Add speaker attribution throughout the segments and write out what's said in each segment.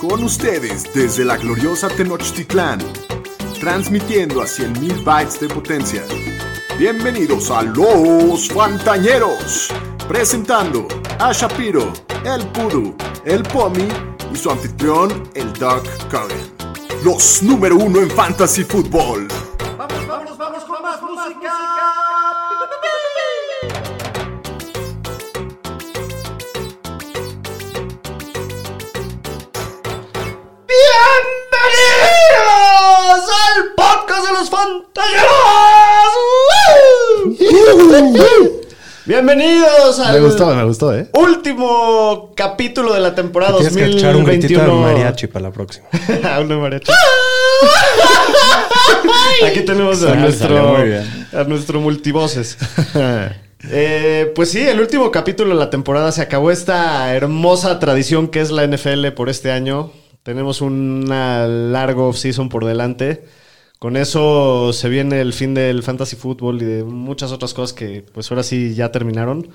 Speaker 1: Con ustedes desde la gloriosa Tenochtitlán, transmitiendo a 100.000 bytes de potencia. Bienvenidos a Los Fantañeros, presentando a Shapiro, el Pudu, el Pomi y su anfitrión, el Doc Curry. Los número uno en Fantasy Football.
Speaker 2: Vamos, vamos, vamos con más música.
Speaker 3: ¡Bienvenidos al podcast de los fantasmas! Bienvenidos al
Speaker 4: Me gustó, me gustó, ¿eh?
Speaker 3: último capítulo de la temporada
Speaker 5: Tienes que echar un gritito
Speaker 3: 2021.
Speaker 5: de mariachi para la próxima.
Speaker 3: Un de mariachi. Aquí tenemos a
Speaker 5: Salió,
Speaker 3: nuestro,
Speaker 5: salió muy bien.
Speaker 3: a nuestro multivoces. Eh, pues sí, el último capítulo de la temporada se acabó esta hermosa tradición que es la NFL por este año. Tenemos una largo off-season por delante. Con eso se viene el fin del fantasy fútbol y de muchas otras cosas que pues ahora sí ya terminaron.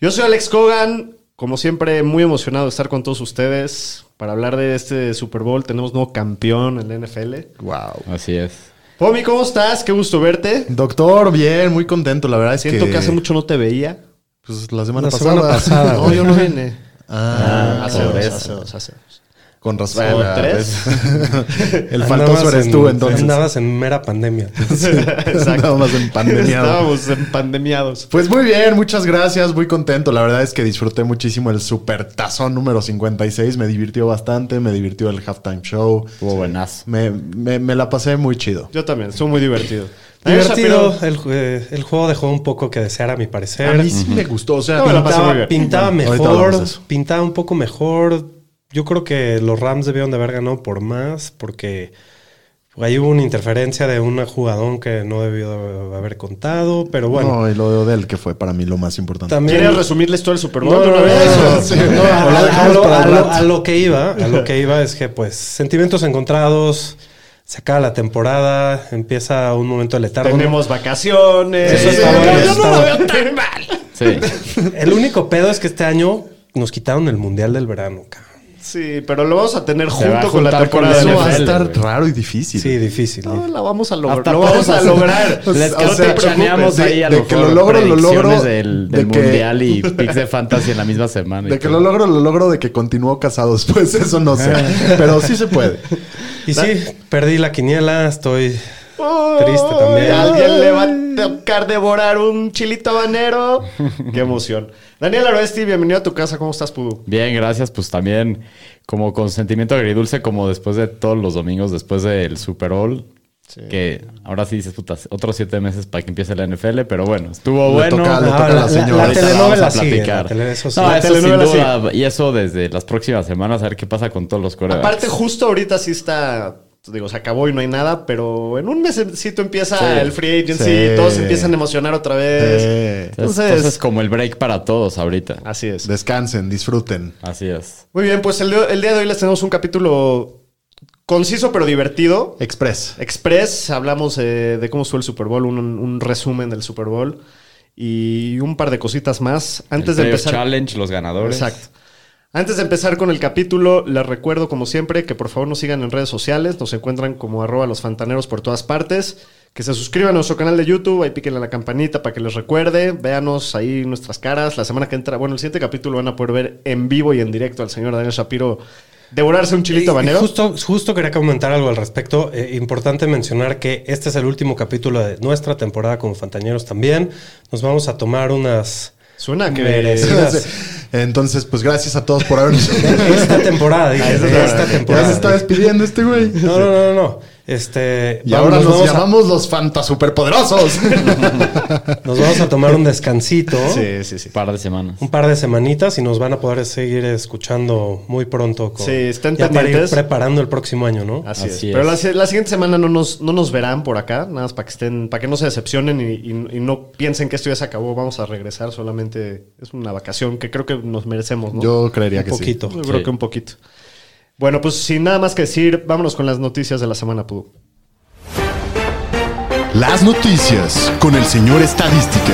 Speaker 3: Yo soy Alex Cogan, como siempre muy emocionado de estar con todos ustedes para hablar de este Super Bowl. Tenemos nuevo campeón en la NFL.
Speaker 4: Wow.
Speaker 6: Así es.
Speaker 3: Pomi, ¿cómo estás? Qué gusto verte.
Speaker 4: Doctor, bien, muy contento, la verdad es
Speaker 3: Siento que, hace mucho no te veía.
Speaker 4: Pues la semana
Speaker 5: La
Speaker 4: pasada.
Speaker 5: semana pasada,
Speaker 4: No,
Speaker 5: güey.
Speaker 4: yo no vi.
Speaker 3: vine.
Speaker 4: Ah,
Speaker 3: hace
Speaker 6: por
Speaker 3: dos,
Speaker 6: eso.
Speaker 3: hace dos, hace dos.
Speaker 4: con razón.
Speaker 3: ¿O
Speaker 4: Ah,
Speaker 3: tres?
Speaker 4: pues. El
Speaker 5: Andabas
Speaker 4: faltoso eres
Speaker 5: en-
Speaker 4: tú, entonces.
Speaker 5: Andabas en mera pandemia.
Speaker 4: Estábamos en pandemiado.
Speaker 3: Estábamos en pandemiados.
Speaker 4: Pues muy bien, muchas gracias, muy contento. La verdad es que disfruté muchísimo el Super Tazón número 56. Me divirtió bastante, me divirtió el halftime show.
Speaker 6: Estuvo buenazo.
Speaker 4: Me, me- me la pasé muy chido.
Speaker 3: Yo también, estuvo muy divertido. Ayer,
Speaker 5: Divertido.
Speaker 3: Shapiro,
Speaker 5: El, ju- eh, el juego dejó un poco que desear, a mi parecer.
Speaker 4: A mí sí me gustó, o sea,
Speaker 3: No, me la pasé muy
Speaker 5: pintaba
Speaker 3: bien.
Speaker 5: pintaba
Speaker 4: Bueno, ahorita
Speaker 5: mejor,
Speaker 4: hablamos de eso.
Speaker 5: pintaba un poco mejor. Yo creo que los Rams debieron de haber ganado por más, porque ahí hubo una interferencia de un jugador que no debió de haber contado, pero bueno.
Speaker 4: No, y lo de Odell, que fue para mí lo más importante.
Speaker 5: También
Speaker 3: ¿Quieres resumirles todo el Super Bowl?
Speaker 5: No,
Speaker 3: de
Speaker 5: no,
Speaker 3: una vez?
Speaker 5: no,
Speaker 4: sí.
Speaker 5: no, a-
Speaker 4: O la
Speaker 5: a-
Speaker 4: dejamos
Speaker 5: a lo-
Speaker 4: para
Speaker 5: a
Speaker 4: el
Speaker 5: lo-
Speaker 4: rato.
Speaker 5: a lo que iba, a lo que iba es que pues sentimientos encontrados, se acaba la temporada, empieza un momento de letargo.
Speaker 3: Tenemos vacaciones.
Speaker 5: Eso
Speaker 4: está bueno,
Speaker 3: Yo
Speaker 4: eso
Speaker 3: no
Speaker 5: está
Speaker 3: lo
Speaker 5: bueno.
Speaker 3: veo tan mal.
Speaker 6: Sí.
Speaker 5: El único pedo es que este año nos quitaron el Mundial del Verano, cabrón.
Speaker 3: Sí, pero lo vamos a tener
Speaker 6: va a
Speaker 3: junto con la
Speaker 6: juntar con
Speaker 3: temporada
Speaker 4: Eso
Speaker 3: de
Speaker 4: va a
Speaker 3: NFL.
Speaker 4: estar
Speaker 6: güey.
Speaker 4: raro y difícil.
Speaker 5: Sí, difícil.
Speaker 3: No, la vamos a lograr.
Speaker 6: Hasta
Speaker 3: Lo vamos a
Speaker 6: para-
Speaker 3: lograr.
Speaker 6: Les
Speaker 3: No te
Speaker 6: que chaneamos
Speaker 3: preocupes.
Speaker 4: de-
Speaker 6: ahí a
Speaker 4: de
Speaker 6: lo
Speaker 4: que
Speaker 6: mejor
Speaker 4: lo logro, lo logro,
Speaker 6: predicciones del,
Speaker 4: de
Speaker 6: del
Speaker 4: que-
Speaker 6: mundial y picks de fantasy en la misma semana. y
Speaker 4: De que
Speaker 6: todo.
Speaker 4: lo logro, lo logro de que continuó casados. Pues eso no sé. Pero sí se puede.
Speaker 5: Y sí, perdí la quiniela, estoy triste
Speaker 3: Ay,
Speaker 5: también.
Speaker 3: Alguien le va a tocar devorar un chilito habanero. Qué emoción. Daniel Aroesti, bienvenido a tu casa. ¿Cómo estás, Pudu?
Speaker 6: Bien, gracias. Pues también como con sentimiento agridulce, como después de todos los domingos, después del Super Bowl. Que ahora sí dices, putas, otros siete meses para que empiece la NFL, pero bueno, estuvo
Speaker 4: Le
Speaker 6: bueno.
Speaker 4: toca- le
Speaker 5: no,
Speaker 4: toca a
Speaker 5: la-
Speaker 4: la
Speaker 5: Ah, la-
Speaker 4: señora.
Speaker 5: la
Speaker 6: Ahorita
Speaker 5: telenovela
Speaker 6: vamos a
Speaker 5: sigue, la
Speaker 6: platicar.
Speaker 5: tele- eso sí.
Speaker 6: No,
Speaker 3: La
Speaker 6: eso sin
Speaker 3: telenovela
Speaker 6: duda. Y eso desde las próximas semanas, a ver qué pasa con todos los coreanos.
Speaker 3: Aparte, justo ahorita sí está. Digo, se acabó y no hay nada, pero en un mesecito empieza el free agency,
Speaker 4: Sí.
Speaker 3: todos se empiezan a emocionar otra vez.
Speaker 4: Eh,
Speaker 6: Entonces,
Speaker 3: Entonces-
Speaker 6: entonces, como el break para todos ahorita.
Speaker 4: Ah.
Speaker 3: Así es.
Speaker 4: descansen, disfruten.
Speaker 6: Así es.
Speaker 3: Muy bien, pues el, de- el día de hoy les tenemos un capítulo conciso pero divertido.
Speaker 4: Express.
Speaker 3: Express, hablamos eh, de cómo estuvo el Super Bowl, un, un resumen del Super Bowl y un par de cositas más. Antes de
Speaker 6: El playoff
Speaker 3: empezar.
Speaker 6: Challenge, los ganadores.
Speaker 3: Exacto. Antes de empezar con el capítulo, les recuerdo, como siempre, que por favor nos sigan en redes sociales. Nos encuentran como arroba los fantaneros por todas partes. Que se suscriban a nuestro canal de YouTube. Ahí píquenle a la campanita para que les recuerde. Véanos ahí nuestras caras. La semana que entra, bueno, el siguiente capítulo van a poder ver en vivo y en directo al señor Daniel Shapiro devorarse un chilito
Speaker 5: Y- y
Speaker 3: habanero.
Speaker 5: Eh, Justo, justo quería comentar algo al respecto. Eh, importante mencionar que este es el último capítulo de nuestra temporada como Fantañeros también. Nos vamos a tomar unas...
Speaker 3: Suena que...
Speaker 5: merecidas.
Speaker 4: Entonces, pues gracias a todos por habernos. Eh,
Speaker 5: Esta temporada, dije. Esta
Speaker 4: ya
Speaker 5: temporada.
Speaker 4: se está despidiendo este güey.
Speaker 5: No, no, no, no, no. Este,
Speaker 4: Y
Speaker 5: vamos-
Speaker 4: ahora nos,
Speaker 5: vamos a-
Speaker 4: llamamos los fantasuperpoderosos.
Speaker 5: nos vamos a tomar un descansito,
Speaker 3: Sí, sí, sí.
Speaker 6: Par de semanas.
Speaker 5: un par de semanitas y nos van a poder seguir escuchando muy pronto. Con,
Speaker 3: Sí, estén
Speaker 5: ya para ir
Speaker 3: pendientes.
Speaker 5: preparando el próximo año, ¿no?
Speaker 3: Así,
Speaker 6: Así
Speaker 3: es. Pero la,
Speaker 6: es.
Speaker 3: si- la siguiente semana no nos, no nos verán por acá, nada más para que estén, para que no se decepcionen y, y- y no piensen que esto ya se acabó, vamos a regresar, solamente es una vacación que creo que nos merecemos, ¿no?
Speaker 4: Yo creería
Speaker 5: un
Speaker 4: que
Speaker 5: poquito.
Speaker 3: Yo creo
Speaker 6: Sí.
Speaker 3: que un poquito. Bueno, pues sin nada más que decir, vámonos con las noticias de la semana, Pudu.
Speaker 4: sí. Las noticias con el señor estadística.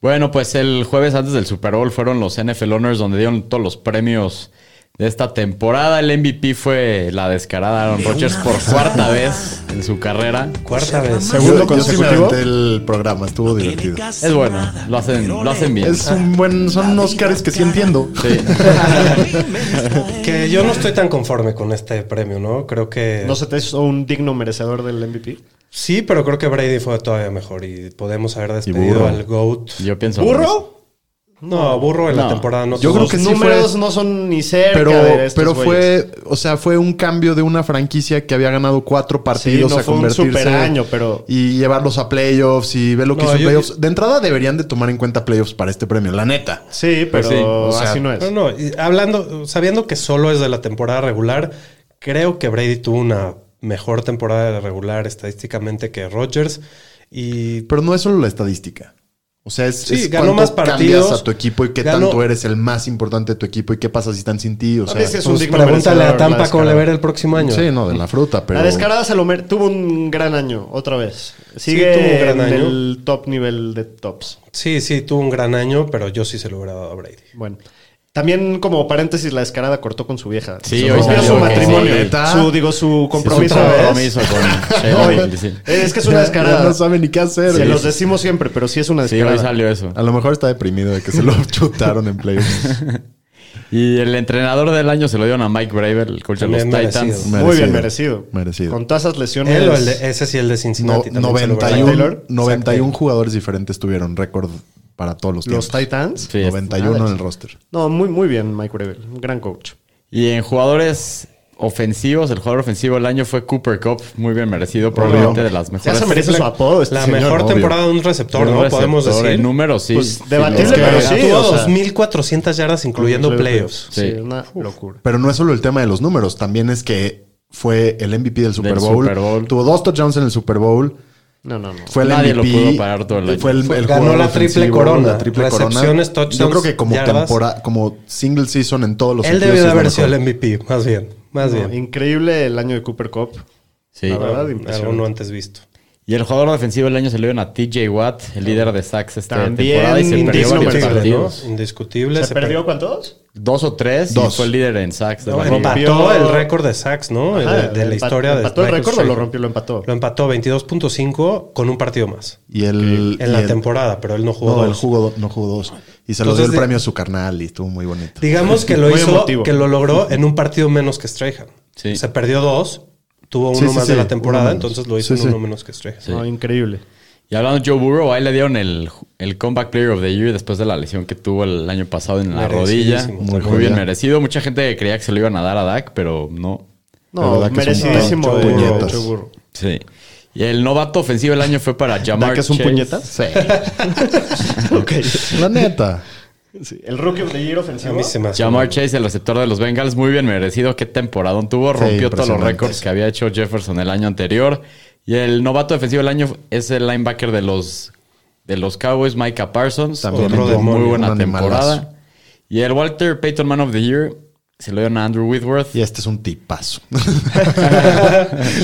Speaker 6: Bueno, pues el jueves antes del Super Bowl fueron los NFL Honors donde dieron todos los premios de esta temporada. El MVP fue la descarada Aaron Rodgers por cuarta vez en su carrera.
Speaker 5: Cuarta vez.
Speaker 4: Segundo
Speaker 3: Yo- yo sí me
Speaker 4: consecutivo.
Speaker 3: aventé
Speaker 4: el programa, estuvo divertido.
Speaker 6: Es bueno, lo hacen, lo hacen bien.
Speaker 4: Es un buen, son unos cares que sí entiendo.
Speaker 6: Sí.
Speaker 5: Que yo no estoy tan conforme con este premio, ¿no? Creo que.
Speaker 3: ¿No se te hizo un digno merecedor del MVP?
Speaker 5: Sí, pero creo que Brady fue todavía mejor y podemos haber
Speaker 6: burro.
Speaker 5: despedido al GOAT.
Speaker 6: Yo pienso.
Speaker 3: ¿Burro?
Speaker 5: No, burro en
Speaker 6: No.
Speaker 5: la temporada no
Speaker 4: Yo
Speaker 5: tuvo-
Speaker 4: creo que
Speaker 3: Los
Speaker 4: sí
Speaker 3: números
Speaker 4: fue-
Speaker 3: no son ni cerca
Speaker 4: Pero,
Speaker 3: de estos
Speaker 4: pero
Speaker 3: güeyes.
Speaker 4: fue, o sea, fue un cambio de una franquicia que había ganado cuatro partidos
Speaker 3: no
Speaker 4: a
Speaker 3: fue un
Speaker 4: convertirse
Speaker 3: superaño, pero-
Speaker 4: y llevarlos a playoffs y ver lo que
Speaker 5: No,
Speaker 4: hizo
Speaker 5: yo-
Speaker 4: playoffs. De entrada deberían de tomar en cuenta playoffs para este premio, la neta.
Speaker 3: Sí, pero
Speaker 6: Pues sí, o
Speaker 4: sea,
Speaker 3: así no es.
Speaker 5: No, no, y hablando, sabiendo que solo es de la temporada regular, creo que Brady tuvo una mejor temporada regular estadísticamente que Rodgers. Y
Speaker 4: Pero no es solo la estadística. O sea, es,
Speaker 5: Sí,
Speaker 4: es
Speaker 5: ganó
Speaker 4: cuánto
Speaker 5: más partidos,
Speaker 4: cambias a tu equipo y qué
Speaker 5: ganó-
Speaker 4: tanto eres el más importante de tu equipo y qué pasa si están sin ti. O sea,
Speaker 3: También sí es un
Speaker 5: pues,
Speaker 3: digno
Speaker 5: pregúntale
Speaker 3: merecedor,
Speaker 5: a
Speaker 3: la
Speaker 5: Tampa cómo le
Speaker 3: descarada.
Speaker 5: ver el próximo año.
Speaker 4: sí, no, de la fruta, pero
Speaker 3: La descarada se lo mer- tuvo un gran año, otra vez.
Speaker 5: Sí,
Speaker 3: Sigue
Speaker 5: tuvo un gran
Speaker 3: en
Speaker 5: año.
Speaker 3: el top nivel de tops.
Speaker 5: Sí, sí, tuvo un gran año, pero yo sí se lo hubiera dado a Brady.
Speaker 3: Bueno. También, como paréntesis, la descarada cortó con su vieja.
Speaker 6: Sí,
Speaker 3: Se
Speaker 6: hoy
Speaker 3: rompió
Speaker 6: salió
Speaker 3: su
Speaker 6: que
Speaker 3: matrimonio.
Speaker 6: sí.
Speaker 4: Neta.
Speaker 3: Su, digo, su compromiso.
Speaker 6: Compromiso,
Speaker 3: ¿ves?
Speaker 6: compromiso con Chernobyl, sí.
Speaker 3: Es que es una
Speaker 4: Ya
Speaker 3: descarada.
Speaker 4: no sabe ni qué hacer.
Speaker 3: Se
Speaker 4: güey.
Speaker 3: los decimos siempre, pero sí es una
Speaker 6: Sí, hoy
Speaker 3: descarada.
Speaker 6: salió eso.
Speaker 4: A lo mejor está deprimido de que se lo chutaron en playoffs.
Speaker 6: Y el entrenador del año se lo dieron a Mike Braver, el coach de los
Speaker 5: También merecido.
Speaker 6: Titans.
Speaker 3: Muy bien merecido.
Speaker 4: Merecido.
Speaker 3: Con todas esas lesiones.
Speaker 5: Él o el de- ese sí, el de
Speaker 4: No,
Speaker 5: Cincinnati. también se lo hubiera dado.
Speaker 4: 91,
Speaker 3: Taylor.
Speaker 4: 91 jugadores diferentes tuvieron récord para todos los
Speaker 3: los
Speaker 4: tiempos.
Speaker 3: Titans.
Speaker 6: Sí, es-
Speaker 4: 91 en el roster.
Speaker 3: No, muy, muy bien, Mike Revel. Un gran coach.
Speaker 6: Y en jugadores ofensivos, el jugador ofensivo del año fue Cooper Cup, muy bien merecido, probablemente de las
Speaker 3: Ya
Speaker 6: mejores.
Speaker 3: se merece su apodo este
Speaker 5: La
Speaker 3: señor.
Speaker 5: mejor
Speaker 4: obvio.
Speaker 5: temporada de un receptor, ¿no?
Speaker 6: Un
Speaker 5: Podemos
Speaker 6: receptor,
Speaker 5: decir.
Speaker 6: El número sí.
Speaker 3: Pues,
Speaker 6: sí,
Speaker 3: debatible,
Speaker 6: lo-
Speaker 5: Que
Speaker 3: pero sí,
Speaker 5: tuvo
Speaker 3: o sea.
Speaker 5: 2.400 yardas, incluyendo playoffs.
Speaker 3: Sí,
Speaker 6: Sí.
Speaker 3: una locura.
Speaker 4: Pero no es solo el tema de los números, también es que fue el MVP del Super,
Speaker 6: Del
Speaker 4: Bowl,
Speaker 6: Super Bowl.
Speaker 4: Tuvo dos touchdowns en el Super Bowl.
Speaker 3: No, no, no.
Speaker 4: Fue el
Speaker 6: Nadie lo
Speaker 4: MVP.
Speaker 6: pudo parar todo el año.
Speaker 4: Fue el,
Speaker 5: Fue-
Speaker 4: el
Speaker 5: ganó
Speaker 4: jugador
Speaker 5: la triple
Speaker 4: ofensivo,
Speaker 5: corona.
Speaker 4: La triple
Speaker 5: Recepciones,
Speaker 4: corona.
Speaker 5: touchdowns,
Speaker 4: Yo creo que como
Speaker 5: yardas.
Speaker 4: temporada, como single season en todos los
Speaker 5: Él
Speaker 4: sentidos
Speaker 5: debió de
Speaker 4: es lo
Speaker 5: haber sido
Speaker 4: mejor.
Speaker 5: el MVP, más bien. Más
Speaker 3: No,
Speaker 5: bien.
Speaker 3: increíble el año de Cooper Cup.
Speaker 6: Sí.
Speaker 3: La verdad,
Speaker 5: Algo
Speaker 3: impresionante.
Speaker 5: no antes visto.
Speaker 6: Y el jugador defensivo del año se lo dieron a TJ Watt, el líder de sacks esta
Speaker 3: También
Speaker 6: temporada. Y se perdió
Speaker 3: indiscutible,
Speaker 6: varios
Speaker 3: ¿no?
Speaker 6: partidos.
Speaker 5: ¿no? Indiscutible.
Speaker 3: ¿Se,
Speaker 5: se
Speaker 3: perdió
Speaker 5: per-
Speaker 3: cuántos?
Speaker 6: Dos o tres.
Speaker 4: Dos.
Speaker 6: Y fue el líder en sacks. de
Speaker 5: no,
Speaker 6: la liga.
Speaker 5: empató
Speaker 3: Rompió-
Speaker 5: el récord de sacks, ¿no?
Speaker 3: Ajá,
Speaker 5: de, de la
Speaker 3: empa-
Speaker 5: historia de
Speaker 3: Ah, ¿Empató el
Speaker 5: Michael
Speaker 3: récord o lo
Speaker 5: Strahan.
Speaker 3: rompió? Lo empató.
Speaker 5: Lo empató 22.5 con un partido más
Speaker 4: Y el,
Speaker 5: en
Speaker 4: y
Speaker 5: la
Speaker 4: el-
Speaker 5: temporada, pero él no jugó.
Speaker 4: No,
Speaker 5: dos.
Speaker 4: él jugó, do- no jugó dos. Y se lo
Speaker 5: Entonces,
Speaker 4: dio el
Speaker 5: de-
Speaker 4: premio a su carnal y estuvo muy bonito.
Speaker 5: Digamos que lo
Speaker 3: Muy
Speaker 5: hizo,
Speaker 3: emotivo.
Speaker 5: que lo logró en un partido menos que Strahan.
Speaker 6: Sí.
Speaker 5: Se perdió dos, tuvo uno
Speaker 4: Sí, sí,
Speaker 5: más
Speaker 4: sí,
Speaker 5: de la
Speaker 4: uno
Speaker 5: temporada,
Speaker 4: menos.
Speaker 5: entonces lo hizo
Speaker 4: Sí, sí.
Speaker 5: en uno menos que Strahan.
Speaker 6: Sí.
Speaker 3: No, increíble.
Speaker 6: Y hablando de Joe Burrow, ahí le dieron el, el Comeback Player of the Year después de la lesión que tuvo el año pasado en la rodilla.
Speaker 5: Merecidísimo.
Speaker 6: Muy,
Speaker 4: jodida.
Speaker 6: bien merecido. Mucha gente creía que se lo iban a dar a Dak, pero no.
Speaker 4: La
Speaker 3: No,
Speaker 4: verdad que es un
Speaker 3: merecidísimo
Speaker 4: pinche
Speaker 3: de
Speaker 4: puñetas.
Speaker 3: Joe Burrow.
Speaker 6: Sí. Y el novato ofensivo del año fue para Jamar
Speaker 3: ¿Dak es un
Speaker 6: Chase.
Speaker 3: puñetas?
Speaker 4: Sí.
Speaker 3: Ok.
Speaker 4: La neta.
Speaker 3: Sí, El rookie of the year
Speaker 5: A
Speaker 3: ofensivo.
Speaker 5: mí se me hace
Speaker 6: Jamar Chase, el receptor de los Bengals, muy bien merecido. Qué temporadón tuvo. Rompió todos los
Speaker 4: impresionante.
Speaker 6: récords que había hecho Jefferson el año anterior. Y el novato defensivo del año es el linebacker de los, de los Cowboys, Micah Parsons.
Speaker 4: También
Speaker 6: También
Speaker 5: un
Speaker 6: tuvo muy
Speaker 5: demonio,
Speaker 6: buena
Speaker 4: un animalazo.
Speaker 6: temporada. Y el Walter Payton Man of the Year se lo dieron a Andrew Whitworth.
Speaker 4: Y este es un tipazo.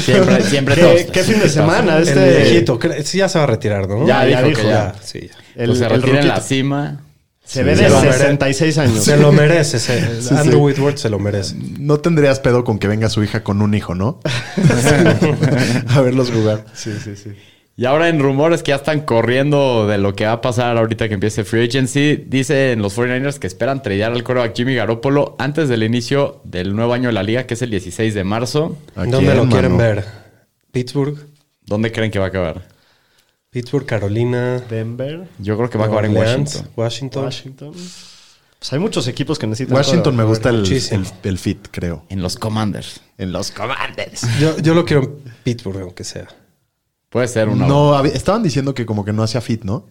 Speaker 6: Siempre, siempre todos.
Speaker 3: ¿Qué, qué fin de semana
Speaker 5: El
Speaker 3: este
Speaker 5: viejito, cre- sí, ya se va a retirar, ¿no?
Speaker 6: Ya,
Speaker 3: ya
Speaker 6: dijo,
Speaker 3: dijo,
Speaker 6: que ya.
Speaker 5: Ya, sí, ya.
Speaker 3: El-
Speaker 6: Pues se
Speaker 3: el
Speaker 6: retira en la
Speaker 3: ruquito.
Speaker 6: cima.
Speaker 3: Se ve
Speaker 5: Sí,
Speaker 3: de
Speaker 5: se lo merece.
Speaker 3: 66 años.
Speaker 5: Se lo merece. se-
Speaker 4: Sí,
Speaker 5: Andrew
Speaker 4: sí.
Speaker 5: Whitworth se lo merece.
Speaker 4: No tendrías pedo con que venga su hija con un hijo, ¿no? a verlos jugar.
Speaker 3: Sí, sí, sí.
Speaker 6: Y ahora en rumores que ya están corriendo de lo que va a pasar ahorita que empiece Free Agency, dicen los 49ers que esperan tradear al coreback Jimmy Garoppolo antes del inicio del nuevo año de la liga, que es el 16 de marzo.
Speaker 4: ¿A
Speaker 5: ¿Dónde
Speaker 4: quién,
Speaker 5: lo quieren
Speaker 4: mano?
Speaker 5: ver? Pittsburgh.
Speaker 6: ¿Dónde creen que va a acabar?
Speaker 5: Pittsburgh, Carolina.
Speaker 3: Denver,
Speaker 6: Yo creo que va a acabar en
Speaker 5: Orleans, Washington.
Speaker 6: Washington.
Speaker 3: Washington. Pues hay muchos equipos que necesitan.
Speaker 4: Washington me gusta el,
Speaker 5: Muchísimo.
Speaker 4: el- el fit, creo.
Speaker 6: En los Commanders.
Speaker 4: En los Commanders.
Speaker 5: Yo, yo lo quiero en Pittsburgh, aunque sea.
Speaker 6: Puede ser una.
Speaker 4: No, hab- estaban diciendo que como que no hacía fit, ¿no?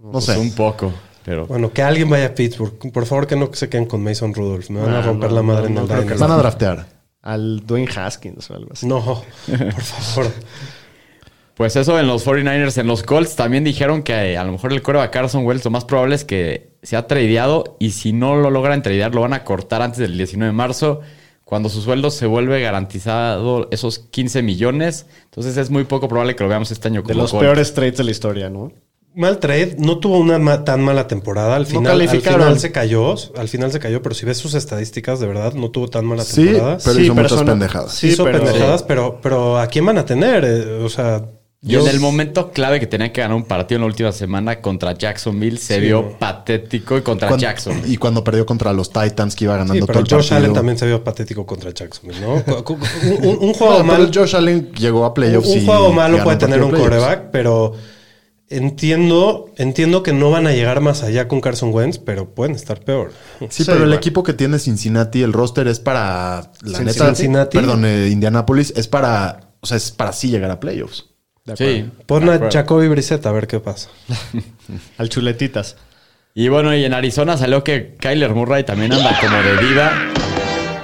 Speaker 4: No
Speaker 6: pues,
Speaker 4: sé.
Speaker 6: Un poco. Pero
Speaker 5: Bueno, que alguien vaya a Pittsburgh. Por favor, que no se queden con Mason Rudolph. Me van a
Speaker 3: No,
Speaker 5: romper
Speaker 3: no,
Speaker 5: la madre
Speaker 3: no,
Speaker 5: en
Speaker 3: no
Speaker 5: el
Speaker 3: creo
Speaker 5: Dynasty.
Speaker 4: Van a draftear.
Speaker 3: Al Dwayne Haskins o algo así.
Speaker 5: No, por favor.
Speaker 6: Pues eso en los 49ers, en los Colts también dijeron que eh, a lo mejor el coreback Carson Wells lo más probable es que se ha tradeado y si no lo logran tradear lo van a cortar antes del 19 de marzo cuando su sueldo se vuelve garantizado esos 15 millones. Entonces es muy poco probable que lo veamos este año
Speaker 3: De
Speaker 6: como
Speaker 3: los
Speaker 6: Colt.
Speaker 3: peores trades de la historia, ¿no?
Speaker 5: mal trade, no tuvo una ma- tan mala temporada. Al final, al
Speaker 3: calificaron.
Speaker 5: final se cayó, al final se cayó, pero si ves sus estadísticas, de verdad, no tuvo tan mala
Speaker 4: Sí,
Speaker 5: temporada.
Speaker 4: pero
Speaker 3: Sí,
Speaker 4: hizo muchas
Speaker 3: pero son-
Speaker 4: pendejadas.
Speaker 3: sí,
Speaker 5: hizo
Speaker 3: pero-
Speaker 5: pendejadas, pero, pero ¿a quién van a tener? Eh, O sea,
Speaker 6: Y en el momento clave que tenía que ganar un partido en la última semana contra Jacksonville, se vio patético y contra
Speaker 4: Cuando-
Speaker 6: Jackson.
Speaker 4: Y cuando perdió contra los Titans que iba ganando
Speaker 5: sí,
Speaker 4: todo
Speaker 5: pero
Speaker 4: el
Speaker 5: Josh
Speaker 4: partido.
Speaker 5: Allen también se vio patético contra Jackson, ¿no? Cu- cu- un, un- un
Speaker 4: No,
Speaker 5: juego
Speaker 4: pero
Speaker 5: mal.
Speaker 4: Josh Allen llegó a
Speaker 5: Un,
Speaker 4: playoffs.
Speaker 5: un
Speaker 4: y
Speaker 5: juego malo
Speaker 4: ganó
Speaker 5: puede tener
Speaker 4: partido
Speaker 5: un
Speaker 4: de playoffs.
Speaker 5: coreback, pero entiendo, entiendo que no van a llegar más allá con Carson Wentz, pero pueden estar peor.
Speaker 4: Sí,
Speaker 3: Sí,
Speaker 4: pero el
Speaker 3: bueno.
Speaker 4: equipo que tiene Cincinnati, el roster es para la neta,
Speaker 5: Cincinnati.
Speaker 4: perdón, eh, Indianapolis es para, o sea, es para sí llegar a playoffs.
Speaker 6: Sí.
Speaker 5: Pon
Speaker 6: de
Speaker 5: a
Speaker 6: acuerdo.
Speaker 5: Jacoby Brissett a ver qué pasa.
Speaker 3: Al chuletitas. Ah,
Speaker 6: Y bueno, y en Arizona salió que Kyler Murray también anda como de diva.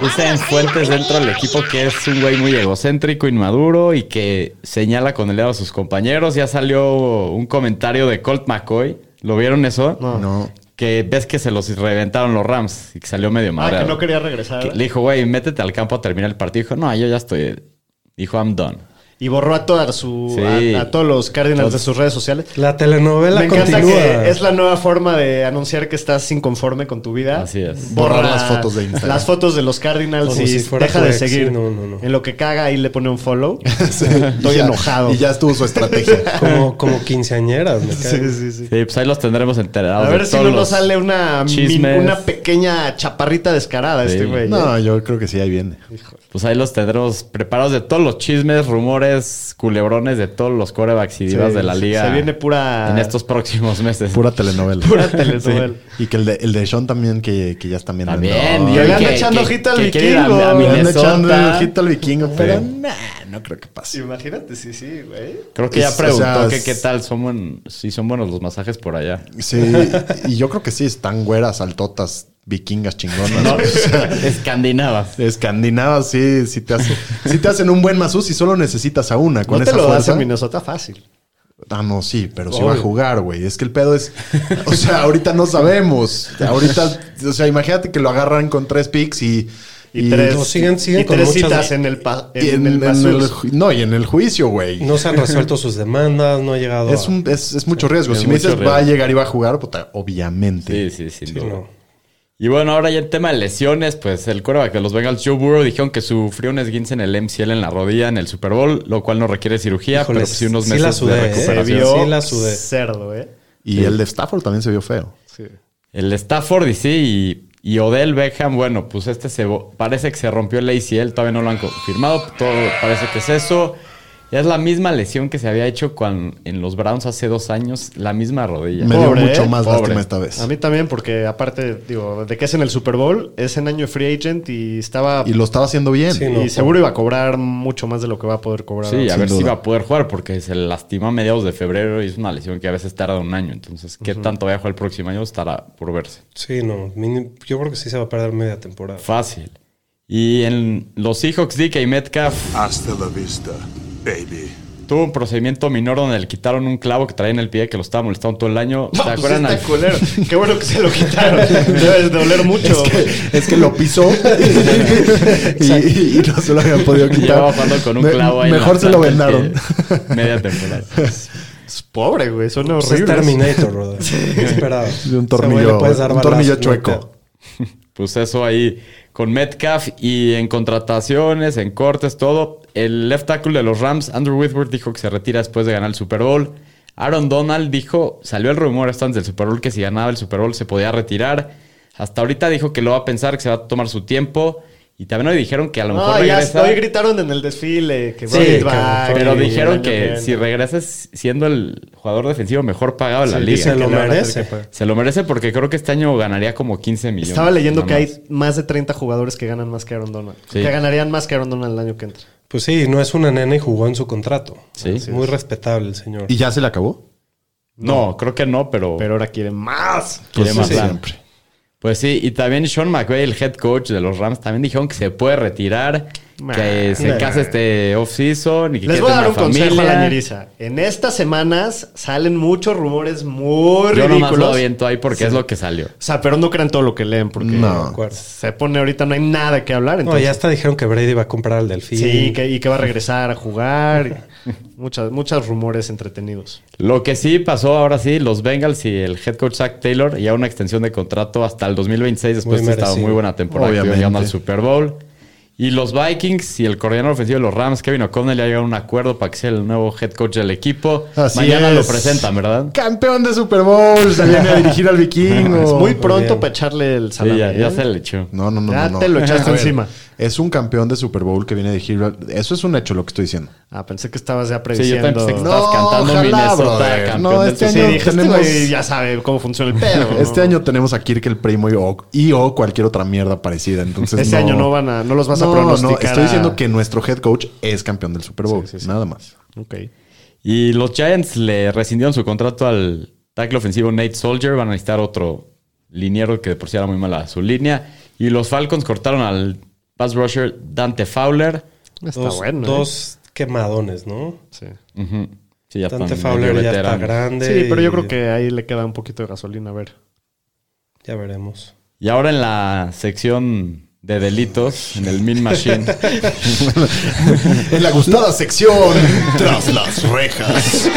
Speaker 6: Usa en fuentes dentro del equipo que es un güey muy egocéntrico, inmaduro y que señala con el dedo a sus compañeros. Ya salió un comentario de Colt McCoy. ¿Lo vieron eso?
Speaker 4: No.
Speaker 6: Que ves que se los reventaron los Rams y que salió medio
Speaker 3: Ah,
Speaker 6: madreado.
Speaker 3: que no quería regresar.
Speaker 6: Que le dijo, güey, métete al campo a terminar el partido. Dijo, no, yo ya estoy. Dijo, I'm done.
Speaker 3: Y borró a, toda su,
Speaker 6: Sí.
Speaker 3: a, a todos los Cardinals de sus redes sociales.
Speaker 5: La telenovela
Speaker 3: Me encanta
Speaker 5: continúa.
Speaker 3: que es la nueva forma de anunciar que estás inconforme con tu vida.
Speaker 6: Así es.
Speaker 4: Borrar las fotos de Instagram.
Speaker 3: Las fotos de los Cardinals
Speaker 5: Como
Speaker 3: y
Speaker 5: si fuera
Speaker 3: deja
Speaker 5: tu
Speaker 3: de
Speaker 5: ex,
Speaker 3: seguir.
Speaker 5: sí, no, no, no.
Speaker 3: En lo que caga ahí le pone un follow.
Speaker 4: Sí,
Speaker 3: Estoy
Speaker 4: y ya-
Speaker 3: enojado.
Speaker 4: Y ya estuvo su estrategia.
Speaker 5: Como, como quinceañeras, me cae.
Speaker 3: sí, sí.
Speaker 6: Sí, pues ahí los tendremos enterados.
Speaker 3: A
Speaker 6: de
Speaker 3: ver si
Speaker 6: todos
Speaker 3: no nos
Speaker 6: los-
Speaker 3: sale una,
Speaker 6: chismes.
Speaker 3: min- una pequeña chaparrita descarada
Speaker 6: Sí.
Speaker 3: este güey. ¿eh?
Speaker 4: No, yo creo que sí, ahí viene.
Speaker 6: Pues ahí los tendremos preparados de todos los chismes, rumores, culebrones de todos los corebacks y divas
Speaker 3: Sí,
Speaker 6: de la liga.
Speaker 3: Se viene pura.
Speaker 6: En estos próximos meses.
Speaker 4: Pura telenovela.
Speaker 3: Pura telenovela.
Speaker 4: Y que el de, el de Sean también, que, que ya están viendo.
Speaker 6: También.
Speaker 4: No,
Speaker 6: y
Speaker 3: le
Speaker 6: que-
Speaker 3: anda
Speaker 6: que-
Speaker 3: echando
Speaker 6: que-
Speaker 3: ojito al
Speaker 6: que quiere ir
Speaker 3: vikingo.
Speaker 6: A, a
Speaker 4: le andan
Speaker 6: Minnesota.
Speaker 4: echando el ojito al vikingo, pero
Speaker 6: Sí.
Speaker 4: nah, no creo que pase.
Speaker 3: Imagínate, sí, sí, güey.
Speaker 6: Creo que ya
Speaker 4: Es-
Speaker 6: preguntó
Speaker 4: o sea,
Speaker 6: que
Speaker 4: es-
Speaker 6: qué tal son buen- si son buenos los masajes por allá.
Speaker 4: Sí, y yo creo que sí, están güeras, altotas, vikingas chingonas.
Speaker 6: No,
Speaker 4: güey. O sea,
Speaker 6: escandinavas.
Speaker 4: Escandinavas, sí, sí te, hace- sí te hacen un buen masús y solo necesitas a una. Con
Speaker 3: No te
Speaker 4: esa
Speaker 3: lo das
Speaker 4: fuerza.
Speaker 3: en Minnesota fácil.
Speaker 4: Ah, no, sí, pero sí
Speaker 5: Obvio.
Speaker 4: va a jugar, güey. Es que el pedo es. O sea, ahorita no sabemos. Ahorita, o sea, imagínate que lo agarran con tres picks y.
Speaker 3: Y, tres,
Speaker 5: no, siguen- siguen
Speaker 3: y
Speaker 5: con
Speaker 3: tres
Speaker 5: muchas-
Speaker 3: citas en el, pa-
Speaker 4: y
Speaker 3: en, el
Speaker 4: en el
Speaker 3: Basus.
Speaker 4: ju- no, y en el juicio, güey.
Speaker 5: No se han resuelto sus demandas, no ha llegado.
Speaker 4: Es,
Speaker 5: a-
Speaker 4: un- es, es mucho riesgo.
Speaker 6: es
Speaker 4: si me
Speaker 6: mucho
Speaker 4: dices va a
Speaker 6: riesgo.
Speaker 4: llegar y va a jugar, puta, obviamente.
Speaker 6: Sí, sí, sin
Speaker 5: Sí,
Speaker 6: duda.
Speaker 5: no.
Speaker 6: Y bueno, ahora ya en tema de lesiones, pues el quarterback de los Bengals, Joe Burrow, dijeron que sufrió un esguince en el MCL en la rodilla en el Super Bowl, lo cual no requiere cirugía,
Speaker 5: Híjole,
Speaker 6: pero sí unos
Speaker 5: sí
Speaker 6: meses
Speaker 5: la sudé,
Speaker 6: de
Speaker 5: ¿eh?
Speaker 3: Se
Speaker 6: recuperación.
Speaker 3: vio
Speaker 5: Sí, la sudé.
Speaker 3: cerdo, ¿eh?
Speaker 4: Y el de Stafford también se vio feo.
Speaker 6: El Stafford y sí, y, y Odell Beckham, bueno, pues este se vo- parece que se rompió el ACL, todavía no lo han confirmado, todo parece que es eso. Ya es la misma lesión que se había hecho cuan- en los Browns hace dos años, la misma rodilla.
Speaker 4: Me
Speaker 3: Pobre,
Speaker 4: dio mucho
Speaker 3: ¿eh?
Speaker 4: más
Speaker 6: Pobre.
Speaker 4: lástima esta vez.
Speaker 3: A mí también, porque aparte, digo, de que es en el Super Bowl, es en año free agent y estaba.
Speaker 4: Y lo estaba haciendo bien.
Speaker 5: Sí, no.
Speaker 3: y seguro iba a cobrar mucho más de lo que va a poder cobrar.
Speaker 6: Sí, a
Speaker 4: sin
Speaker 6: ver si
Speaker 4: duda.
Speaker 6: va a poder jugar porque se lastima a mediados de febrero y es una lesión que a veces tarda un año. Entonces, ¿qué tanto vaya a jugar el próximo año? Estará por verse.
Speaker 5: Sí, no. mini- Yo creo que sí se va a perder media temporada.
Speaker 6: Fácil. Y en los Seahawks, DK Metcalf
Speaker 1: Hasta la vista, baby.
Speaker 6: tuvo un procedimiento menor donde le quitaron un clavo que traía en el pie que lo estaba molestando todo el año.
Speaker 3: No,
Speaker 6: ¿Se
Speaker 3: pues
Speaker 6: acuerdan?
Speaker 3: está
Speaker 6: al-
Speaker 3: culero. Qué bueno que se lo quitaron. Debe de doler mucho.
Speaker 4: Es que lo pisó y, y no se lo habían podido
Speaker 6: Y
Speaker 4: quitar.
Speaker 6: Llevaba jugando con un
Speaker 4: Me-
Speaker 6: clavo ahí. en la
Speaker 4: Mejor se lo
Speaker 6: planta
Speaker 4: vendaron.
Speaker 6: que- Media temporada.
Speaker 3: Es pobre, güey. Son
Speaker 5: Pues es
Speaker 3: horribles.
Speaker 5: Terminator, brother. ¿Qué esperabas?
Speaker 4: De un
Speaker 5: Ese güey
Speaker 4: tornillo-
Speaker 5: le puedes dar
Speaker 4: un
Speaker 5: balazos,
Speaker 4: tornillo
Speaker 5: no
Speaker 4: chueco.
Speaker 6: Pues eso ahí con Metcalf y en contrataciones, en cortes, todo. El left tackle de los Rams, Andrew Whitworth, dijo que se retira después de ganar el Super Bowl. Aaron Donald dijo, salió el rumor hasta antes del Super Bowl que si ganaba el Super Bowl se podía retirar. Hasta ahorita dijo que lo va a pensar, que se va a tomar su tiempo. Y también le dijeron que a lo
Speaker 3: No,
Speaker 6: mejor
Speaker 3: ya
Speaker 6: regresa.
Speaker 3: hoy gritaron en el desfile que
Speaker 5: Sí,
Speaker 3: Bobby
Speaker 5: cabrón,
Speaker 3: Bach,
Speaker 6: pero
Speaker 3: y el
Speaker 6: dijeron
Speaker 3: año
Speaker 6: que
Speaker 3: viene.
Speaker 6: si regresas siendo el jugador defensivo mejor pagado de la
Speaker 5: Sí,
Speaker 6: liga.
Speaker 5: se lo
Speaker 3: que le van a
Speaker 5: merece.
Speaker 3: tener que pagar.
Speaker 6: Se lo merece porque creo que este año ganaría como 15 millones.
Speaker 3: Estaba leyendo
Speaker 6: nada
Speaker 3: que
Speaker 6: más.
Speaker 3: hay más de 30 jugadores que ganan más que Aaron Donald.
Speaker 6: Sí.
Speaker 3: Que ganarían más que Aaron Donald el año que entra.
Speaker 5: Pues sí, no es una nena y jugó en su contrato.
Speaker 6: Sí.
Speaker 5: Es muy respetable el señor.
Speaker 4: ¿Y ya se le acabó?
Speaker 6: No, creo que no, pero,
Speaker 3: Pero ahora quieren más.
Speaker 6: quiere
Speaker 4: Pues
Speaker 6: más
Speaker 4: sí,
Speaker 6: lana.
Speaker 4: siempre.
Speaker 6: Pues sí, y también Sean McVay, el head coach de los Rams, también dijeron que se puede retirar, que se
Speaker 3: Nah.
Speaker 6: casa este off-season y que
Speaker 3: Les
Speaker 6: quiere
Speaker 3: voy a dar
Speaker 6: tener
Speaker 3: un
Speaker 6: una
Speaker 3: consejo a
Speaker 6: familia.
Speaker 3: la ñeriza. En estas semanas salen muchos rumores muy
Speaker 6: Yo nomás lo
Speaker 3: ridículos. O
Speaker 6: aviento ahí porque es lo que salió.
Speaker 3: sea, pero no crean todo lo que leen porque
Speaker 5: De
Speaker 4: No.
Speaker 5: acuerdo.
Speaker 3: se pone ahorita, no hay nada que hablar.
Speaker 5: No,
Speaker 3: Entonces,
Speaker 5: ya hasta dijeron que Brady va a comprar al delfín.
Speaker 3: Sí, que- y que va a regresar a jugar. Muchas, muchos rumores entretenidos.
Speaker 6: Lo que sí pasó ahora sí, los Bengals y el head coach Zach Taylor ya una extensión de contrato hasta el 2026 después
Speaker 5: Muy
Speaker 6: de esta
Speaker 5: merecido.
Speaker 6: muy buena temporada que
Speaker 4: Obviamente.
Speaker 6: llegando al Super Bowl. Y los Vikings y el coordinador ofensivo de los Rams, Kevin O'Connell, ya llegaron a un acuerdo para que sea el nuevo head coach del equipo.
Speaker 4: Así
Speaker 6: Mañana lo
Speaker 4: es.
Speaker 6: presentan, ¿verdad?
Speaker 4: Campeón de Super Bowl, se viene a dirigir al vikingo.
Speaker 3: Es Pues muy
Speaker 5: muy
Speaker 3: pronto
Speaker 5: bien.
Speaker 3: para echarle el
Speaker 6: Sí,
Speaker 3: salami.
Speaker 6: ya, ya
Speaker 3: ¿eh?
Speaker 6: se le echó.
Speaker 4: No, no, no.
Speaker 3: Ya
Speaker 4: no, no.
Speaker 3: te lo echaste
Speaker 4: A ver,
Speaker 3: encima.
Speaker 4: Es un campeón de Super Bowl que viene a dirigir. al- Eso es un hecho lo que estoy diciendo.
Speaker 3: Ah, pensé que estabas ya
Speaker 6: Sí, yo también
Speaker 3: prediciendo.
Speaker 6: pensé que estabas
Speaker 4: No,
Speaker 6: cantando
Speaker 4: ojalá,
Speaker 6: Minnesota,
Speaker 4: brother.
Speaker 6: campeón
Speaker 4: No,
Speaker 6: del
Speaker 4: este
Speaker 6: Super
Speaker 3: Sí,
Speaker 4: año-
Speaker 6: Bowl.
Speaker 3: dije, este
Speaker 4: tenemos-
Speaker 3: güey ya sabe cómo funciona el pedo. ¿no?
Speaker 4: Este año tenemos a Kirk el primo y o, y o cualquier otra mierda parecida. Entonces
Speaker 3: Este año no van a, no los vas a pronosticar.
Speaker 4: estoy
Speaker 3: a-
Speaker 4: diciendo que nuestro head coach es campeón del Super Bowl.
Speaker 3: Sí, sí, sí.
Speaker 4: Nada más.
Speaker 3: Ok.
Speaker 6: Y los Giants le rescindieron su contrato al tackle ofensivo Nate Soldier. Van a necesitar otro liniero que de por sí era muy mala su línea. Y los Falcons cortaron al pass rusher Dante Fowler.
Speaker 3: Está
Speaker 5: dos,
Speaker 3: bueno. ¿eh?
Speaker 5: dos quemadones, ¿no?
Speaker 3: Sí.
Speaker 6: Ujú. Sí, ya
Speaker 5: Dante
Speaker 6: están
Speaker 5: Fowler
Speaker 6: medio
Speaker 5: ya está
Speaker 6: veteranos.
Speaker 5: grande.
Speaker 3: Sí, pero yo
Speaker 5: y
Speaker 3: creo que ahí le queda un poquito de gasolina. A ver.
Speaker 5: Ya veremos.
Speaker 6: Y ahora en la sección de delitos, en el Min Machine.
Speaker 4: En la gustada sección, tras las rejas.